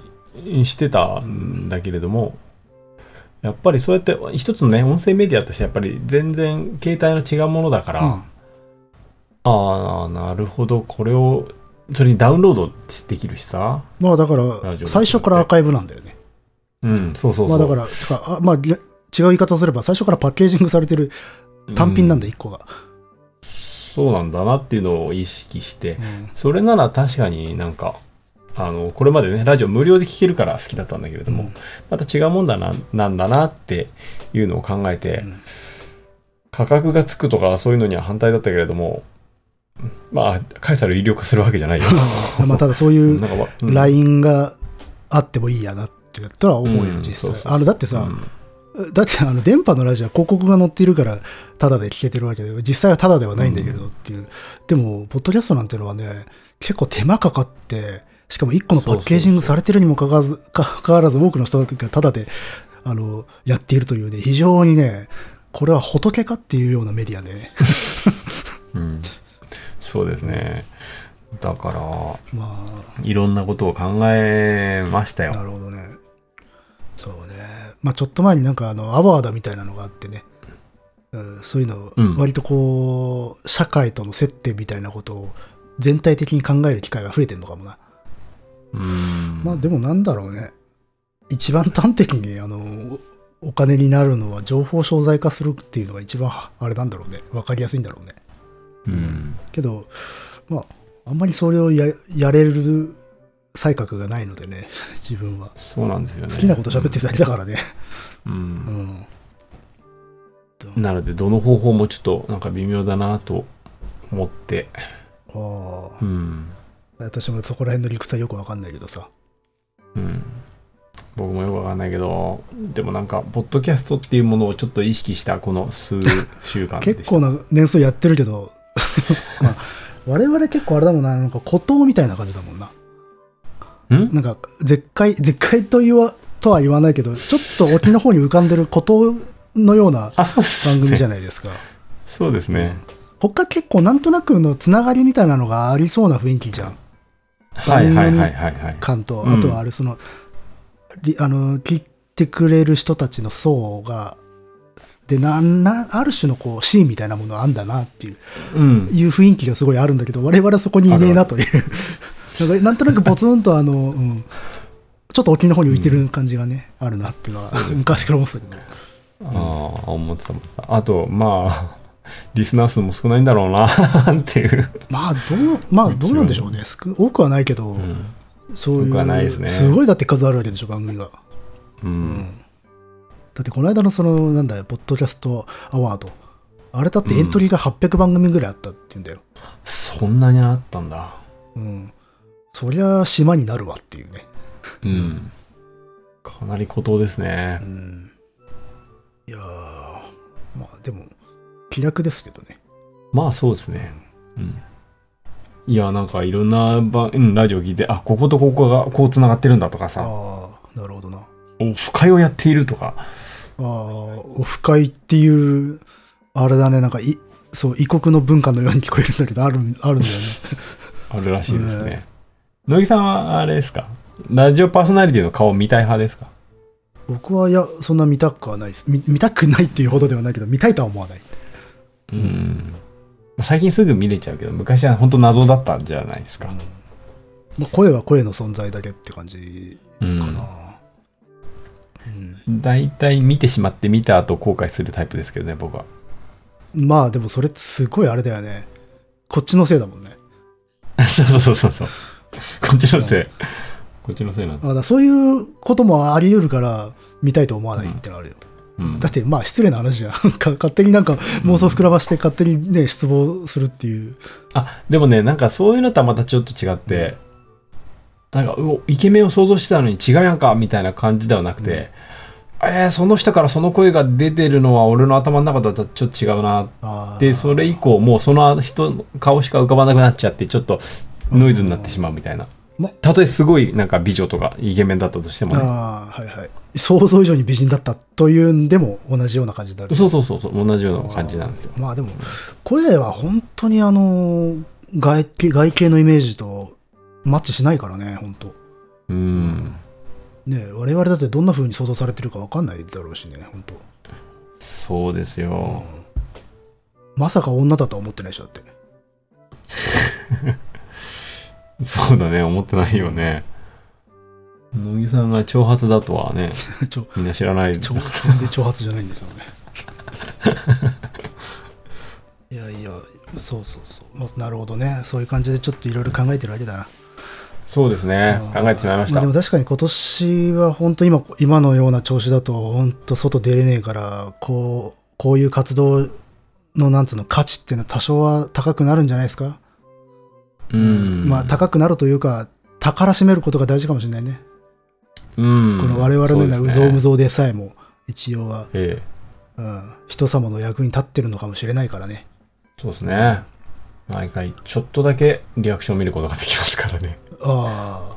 S1: してたんだけれども、やっぱりそうやって一つのね、音声メディアとしてやっぱり全然携帯の違うものだから、
S2: うん
S1: ああ、なるほど、これを、それにダウンロードできるしさ。
S2: まあだか
S1: ラ
S2: ら
S1: ジオ、
S2: 最初からアーカイブなんだよね。
S1: うん、そうそうそう。
S2: まあだから、てかあまあ、り違う言い方をすれば、最初からパッケージングされてる単品なんだ、
S1: う
S2: 一個が。
S1: そうなんだなっていうのを意識して、
S2: うん
S1: それなら確かになんか、あの、これまでね、ラジオ無料で聴けるから好きだったんだけれども、
S2: うん
S1: また違うもんだな、なんだなっていうのを考えて、
S2: うん
S1: 価格がつくとかそういうのには反対だったけれども、まあ、カエサル有料化するわけじゃないよ。
S2: まあただそういう
S1: なんかわ、うん
S2: LINE があってもいいやなっていうとは思うよ、
S1: うんそ
S2: 実
S1: うそ
S2: 際。あのだってさ、
S1: うん
S2: だってあの電波のラジオは広告が載っているからタダで聞けてるわけで実際はタダではないんだけどっていう、でもポッドキャストなんていうのはね結構手間かかってしかも1個のパッケージングされてるにもかかわらず かかわらず多くの人がタダであのやっているというね非常にねこれは仏かっていうようなメディアで、ね、
S1: うんそうですね。だか
S2: ま
S1: ら、いろんなことを考えました
S2: あな
S1: よ。
S2: るほどねそうねまあちょっと前になんかあのアワードみたいなのがあってね、うん、そういうのを
S1: うん
S2: 割とこう社会との接点みたいなことを全体的に考える機会が増えてるのかもな
S1: うん
S2: まあでもなんだろうね一番端的にあのおお金になるのは情報商材化するっていうのが一番はあれなんだろうね分かりやすいんだろうね
S1: うん
S2: けどまああんまりそれをややれる才覚がないのでね 自分は
S1: そうなんですよね。
S2: 好きなこと喋ってるだけだからね
S1: うんうん
S2: うん
S1: なので、どの方法もちょっとなんか微妙だなと思って、
S2: ああ
S1: うん。
S2: 私もそこら辺の理屈はよくわかんないけどさ。
S1: うん。僕もよくわかんないけど、でもなんか、ポッドキャストっていうものをちょっと意識したこの数週間でした。
S2: 結構な年数やってるけど、まあ、我々結構あれだもんな、なんか孤島みたいな感じだもんな。
S1: ん
S2: なんか、絶海、絶海と言わ、とは言わないけど、ちょっと沖の方に浮かんでる孤島のような
S1: あ、そうっすね。
S2: 番組じゃ
S1: ない。
S2: ないですか。
S1: そうですね。
S2: 他結構なんとなくのつながりみたいなのがありそうな雰囲気じゃん。
S1: はいはいはいはいはい。
S2: 感と、
S1: うん
S2: あとはあれその、りあの聞いてくれる人たちの層がってななある種のこうシーンみたいなものがあんだなっていう
S1: うん。
S2: いう雰囲気がすごいあるんだけど我々はそこにいねえなという なんかなんとなくポツンとあの、うん、ちょっと沖の方に浮いてる感じがね、あるなっていうのは昔から思ってたけど
S1: ああ、思ってた思ってた。あと、まあ、リスナー数も少ないんだろうな、 っていう。
S2: まあどうまあどうなんでしょうね少多くはないけど、そうい
S1: 多く
S2: う
S1: はないですね
S2: ごいだって数あるわけでしょ番組が
S1: うん。
S2: だってこの間のそのなんだよポッドキャストアワードあれだってエントリーが800番組ぐらいあったって言うんだよ、
S1: そんなにあったんだ。
S2: うん、そりゃ島になるわっていうね
S1: うん。かなり孤島ですね
S2: う。んいやーまあでも気楽ですけどね
S1: まあそうですね。うん。いや、なんかいろんなば、うん、ラジオ聞いて、あ、こことここがこう繋がってるんだとかさ、
S2: ああなるほどな
S1: オフ会をやっているとか。
S2: ああオフ会っていうあれだねなんかいそう異国の文化のように聞こえるんだけどあるある んだよね
S1: あるらしいですね。野木さんはあれですかラジオパーソナリティの顔見たい派ですか
S2: 僕はいやそんな見たくはないです見見たくないっていうほどではないけど見たいとは思わない
S1: うん。まあ最近すぐ見れちゃうけど、昔は本当謎だったんじゃないですか。
S2: まあ、声は声の存在だけって感じ
S1: う
S2: か
S1: ん。
S2: な、うん
S1: 大体見てしまって見た後後悔するタイプですけどね、僕は。
S2: まあでもそれってすごいあれだよねこっちのせいだもんね
S1: そうそうそうそうそう。こっちのせい。こっちのせいなん
S2: あだからそういうこともあり得るから見たいと思わないってのあるよ、
S1: うん
S2: だってまあ失礼な話じゃん か勝手になんか妄想膨らまして勝手にね失望するっていう
S1: あ、でもね、なんかそういうのとはまたちょっと違って、なんか、うおイケメンを想像してたのに違うやんかみたいな感じではなくて、えーその人からその声が出てるのは俺の頭の中だとちょっと違うな
S2: あー
S1: でそれ以降もうその人の顔しか浮かばなくなっちゃってちょっとノイズになってしまうみたいな
S2: ま
S1: たとえすごいなんか美女とかイケメンだったとしてもね
S2: あーはいはい想像以上に美人だったというんでも同じような感じになる
S1: そうそうそうそう同じような感じなんですよ
S2: まあでも声は本当にあの外形外形のイメージとマッチしないからね本当
S1: うん
S2: ねえ我々だってどんな風に想像されてるか分かんないだろうしね本当
S1: そうですよ
S2: まさか女だとは思ってないでしょだって
S1: そうだね思ってないよね乃木さんが挑発だとはね
S2: ちょ
S1: みんな知らない
S2: ちょ全然挑発じゃないんだけどねいやいやそうそうそう、まあなるほどねそういう感じでちょっといろいろ考えてるわけだな
S1: そうですね考えてしまいまし
S2: あ
S1: た
S2: でも確かに今年は本当今今のような調子だと本当外出れねえからこうこういう活動のなんつうの価値っていうのは多少は高くなるんじゃないですか、
S1: うん
S2: まあ高くなるというか宝らしめることが大事かもしれないね、
S1: うん
S2: この我々のような
S1: そう
S2: う
S1: です
S2: ぞ
S1: ね
S2: うむぞうでさえも一応は、
S1: ええ
S2: うん、人様の役に立ってるのかもしれないからね
S1: そうですね毎回ちょっとだけリアクションを見ることができますから ね
S2: あ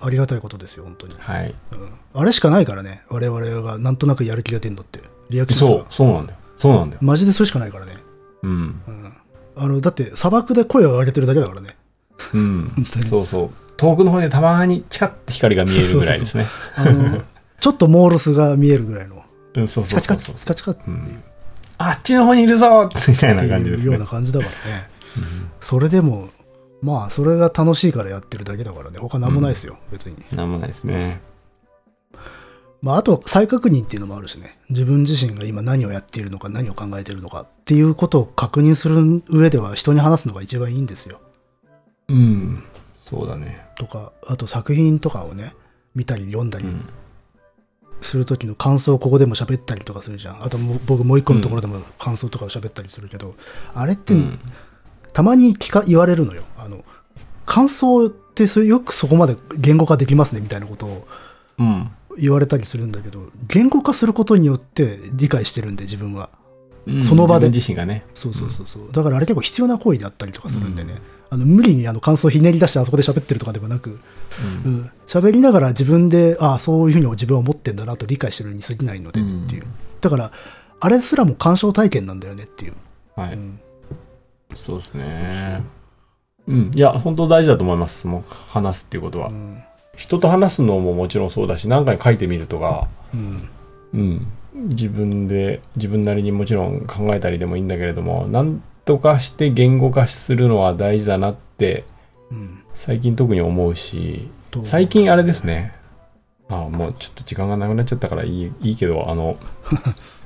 S2: あありがたいことですよ本当に、
S1: はい
S2: うん、あれしかないからね我々がなんとなくやる気が出んのってリアクション
S1: そう
S2: が
S1: そうなんだよそうなんだよ
S2: マジでそれしかないからね
S1: うん、
S2: あの、だって砂漠で声を上げてるだけだからね。
S1: うん、
S2: 当に
S1: そうそう遠くの方でたまにチカッて光が見えるぐらいですね
S2: あの、ちょっとモールスが見えるぐらいの、
S1: うんそう
S2: チ
S1: そう
S2: カチ
S1: そうそ
S2: カ、チ
S1: う
S2: カチカっていう,、
S1: あっちの方にいるぞみたいな感じです
S2: よう
S1: ね
S2: な感じだからね。それでも、まあ、それが楽しいからやってるだけだからね。他何もないですよ、別に。
S1: なんもないですね
S2: まあ、あと、再確認っていうのもあるしね。自分自身が今何をやっているのか、何を考えているのかっていうことを確認する上では、人に話すのが一番いいんですよ。
S1: うんそうだね
S2: とか、あと作品とかをね、見たり読んだり
S1: うん
S2: する時の感想をここでも喋ったりとかするじゃんあともう僕もう一個のところでも感想とかを喋ったりするけど、あれって
S1: うん
S2: たまに聞か言われるのよあの感想ってそれよくそこまで言語化できますねみたいなことを
S1: うん
S2: 言われたりするんだけど言語化することによって理解してるんで自分は
S1: うん
S2: その場で
S1: 自分自身がね
S2: そうそうそうそうだからあれ結構必要な行為であったりとかするんでね、あの無理にあの感想をひねり出してあそこで喋ってるとかではなくうん喋、りながら自分でああそういうふうに自分は思ってんだなと理解してるに過ぎないのでっていう、だからあれすらも鑑賞体験なんだよねっていう、
S1: はい、
S2: ん
S1: そうですねうんいや本当大事だと思いますもう話すっていうことは、
S2: ん
S1: 人と話すのももちろんそうだし何かに書いてみるとか
S2: うん、
S1: うん自分で自分なりにもちろん考えたりでもいいんだけれどもなんとかして言語化するのは大事だなって
S2: うん、
S1: 最近特に思うし
S2: と
S1: 最近あれですねあもうちょっと時間がなくなっちゃったからいいいいけどあ の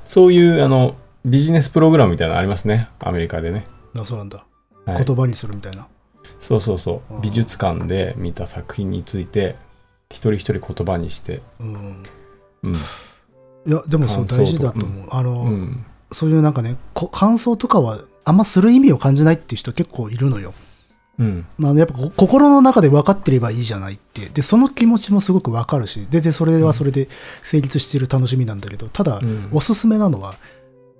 S1: そういうあのビジネスプログラムみたいなのありますねアメリカでね、
S2: あそうなんだ、
S1: はい
S2: 言葉にするみたいな
S1: そうそうそ
S2: あー
S1: う美術館で見た作品について一人一人言葉にして
S2: うん
S1: うん
S2: いやでもそう
S1: 感想と
S2: 大事だと思う、あの、
S1: うん
S2: そういうなんかねこ感想とかはあんまする意味を感じないっていう人結構いるのよ
S1: うん
S2: まあ、やっぱこ心の中で分かってればいいじゃないってでその気持ちもすごく分かるしででそれはそれで成立している楽しみなんだけどただ、
S1: うん
S2: おすすめなのは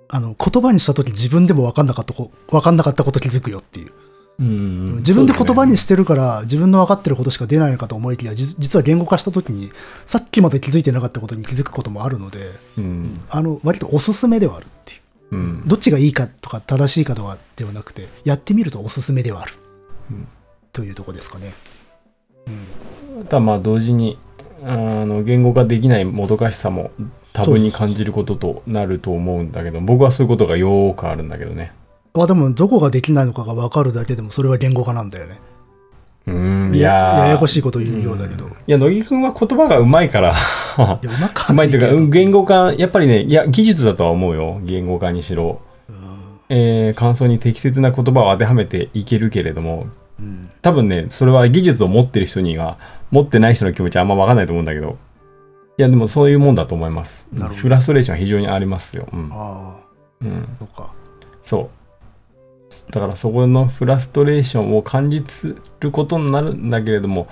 S2: あの言葉にした時自分でも分かんなかったこ分かんなかったこと気づくよっていう
S1: うん
S2: 自分で言葉に
S1: し
S2: してるから、自分の分かってることしか出ないのかと思いきやじ実は言語化した時にさっきまで気づいてなかったことに気づくこともあるので
S1: うん
S2: あの割とおすすめではあるっていう
S1: うん
S2: どっちがいいかとか正しいかとかではなくてやってみるとおすすめではある、
S1: うん
S2: というとこですかね。
S1: ただまあ同時にあの言語化できないもどかしさも多分に感じることとなると思うんだけど僕はそういうことがよーくあるんだけどね
S2: あでもどこができないのかが分かるだけでもそれは言語化なんだよね。
S1: うーんい
S2: や
S1: やー
S2: ややこしいこと言うようだけど。
S1: ん
S2: い
S1: いや乃木くんは言葉がうまいから
S2: やうまく
S1: う
S2: はな
S1: まいと い
S2: け
S1: う
S2: ど
S1: かうん言語化やっぱりねいや技術だとは思うよ言語化にしろ、
S2: うん
S1: えー感想に適切な言葉を当てはめていけるけれども
S2: うん
S1: 多分ねそれは技術を持ってる人には持ってない人の気持ちはあんま分かんないと思うんだけどいやでもそういうもんだと思います
S2: なるほど
S1: フラストレーションは非常にありますよ、うん
S2: あ
S1: うん
S2: あ、そうか。
S1: そう。だからそこのフラストレーションを感じることになるんだけれども、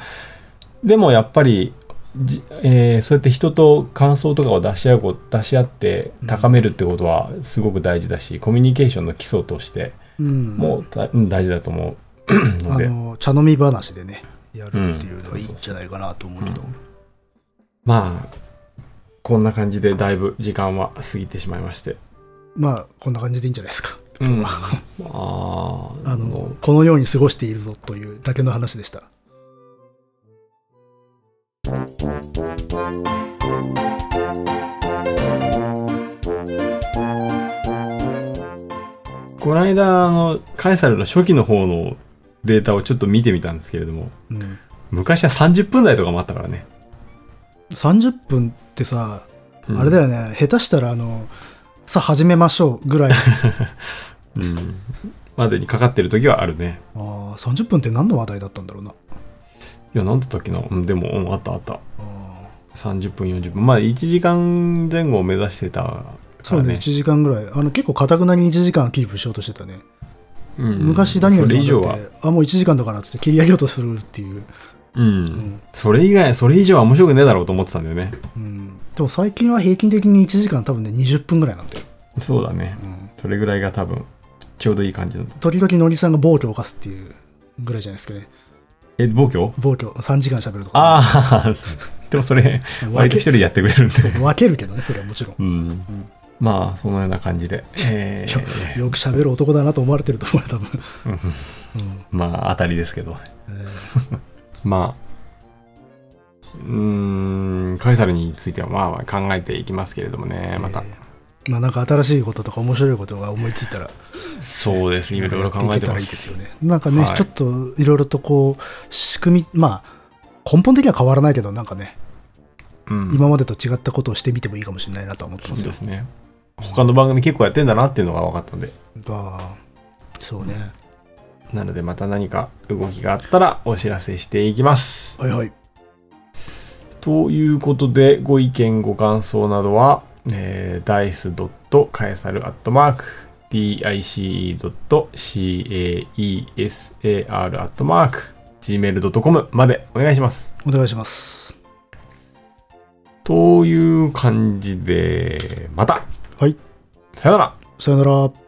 S1: でもやっぱり、じえーそうやって人と感想とかを出し合うこ出し合って高めるってことはすごく大事だし、コミュニケーションの基礎として
S2: うん、
S1: もうだうん大事だと思うの
S2: あ
S1: で、
S2: の茶飲み話でねやるっていうのはいいんじゃないかなと思うけど、
S1: まあこんな感じでだいぶ時間は過ぎてしまいまして、
S2: まあこんな感じでいいんじゃないですか。
S1: あー
S2: あのこのように過ごしているぞというだけの話でした。
S1: この間あのカエサルの初期の方のデータをちょっと見てみたんですけれども
S2: うん、
S1: 昔は30分台とかもあったからね、
S2: 30分ってさあれだ
S1: よ、
S2: よね下手したらあのさあ始めましょうぐらいあ
S1: うん、までにかかってる時はあるね
S2: ー30分って何の話題だったんだろうない
S1: や何だったっけな、うん、でも、うん、あったあった
S2: あ
S1: 30分40分まあ1時間前後を目指してたか
S2: ーそ
S1: ら
S2: うね
S1: ね
S2: 1時間ぐらいあの結構かたくなに1時間キープしようとしてたね、
S1: うん
S2: 昔ダニエル
S1: それ以
S2: さん
S1: 上
S2: だっ
S1: は
S2: てあもう1時間だからっつって切り上げようとするっていう、
S1: うん、
S2: ん
S1: それ以外それ以上は面白くねえだろうと思ってたんだよね
S2: うん、でも最近は平均的に1時間多分ね20分ぐらいなんだよ、
S1: そうだね
S2: うん、
S1: それぐらいが多分ちょうどいい感じなんだ
S2: 時々のりさんが暴挙を犯すっていうぐらいじゃないですかね
S1: え暴挙
S2: 暴挙3時間喋るとか
S1: ああ でもそれ割と一人でやってくれるんで
S2: そうそう分けるけどねそれはもちろん
S1: うん、まあそのような感じで、えー
S2: よよく喋る男だなと思われてると思うよ多分、うん
S1: まあ当たりですけど
S2: えー
S1: まあうーんカエサルについてはまあ考えていきますけれどもねまた、
S2: まあなんか新しいこととか面白いことが思いついたら
S1: そうですねいろいろ考
S2: やっ
S1: え
S2: て
S1: て
S2: いけた
S1: ます
S2: らいいですよね。なんかね、
S1: はい
S2: ちょっといろいろとこう仕組みまあ根本的には変わらないけどなんかね、
S1: うん、
S2: 今までと違ったことをしてみてもいいかもしれないなとは思ってま
S1: そ
S2: す
S1: う
S2: よ
S1: で。すね他の番組結構やってんだなっていうのが分かったんで
S2: まあそうね。
S1: なのでまた何か動きがあったらお知らせしていきます
S2: はいはい。
S1: ということで、ご意見、ご感想などは、えー、dice.caesar.caesar.gmail.com までお願いします。
S2: お願いします。
S1: という感じで、また
S2: はい。
S1: さよなら
S2: さよなら。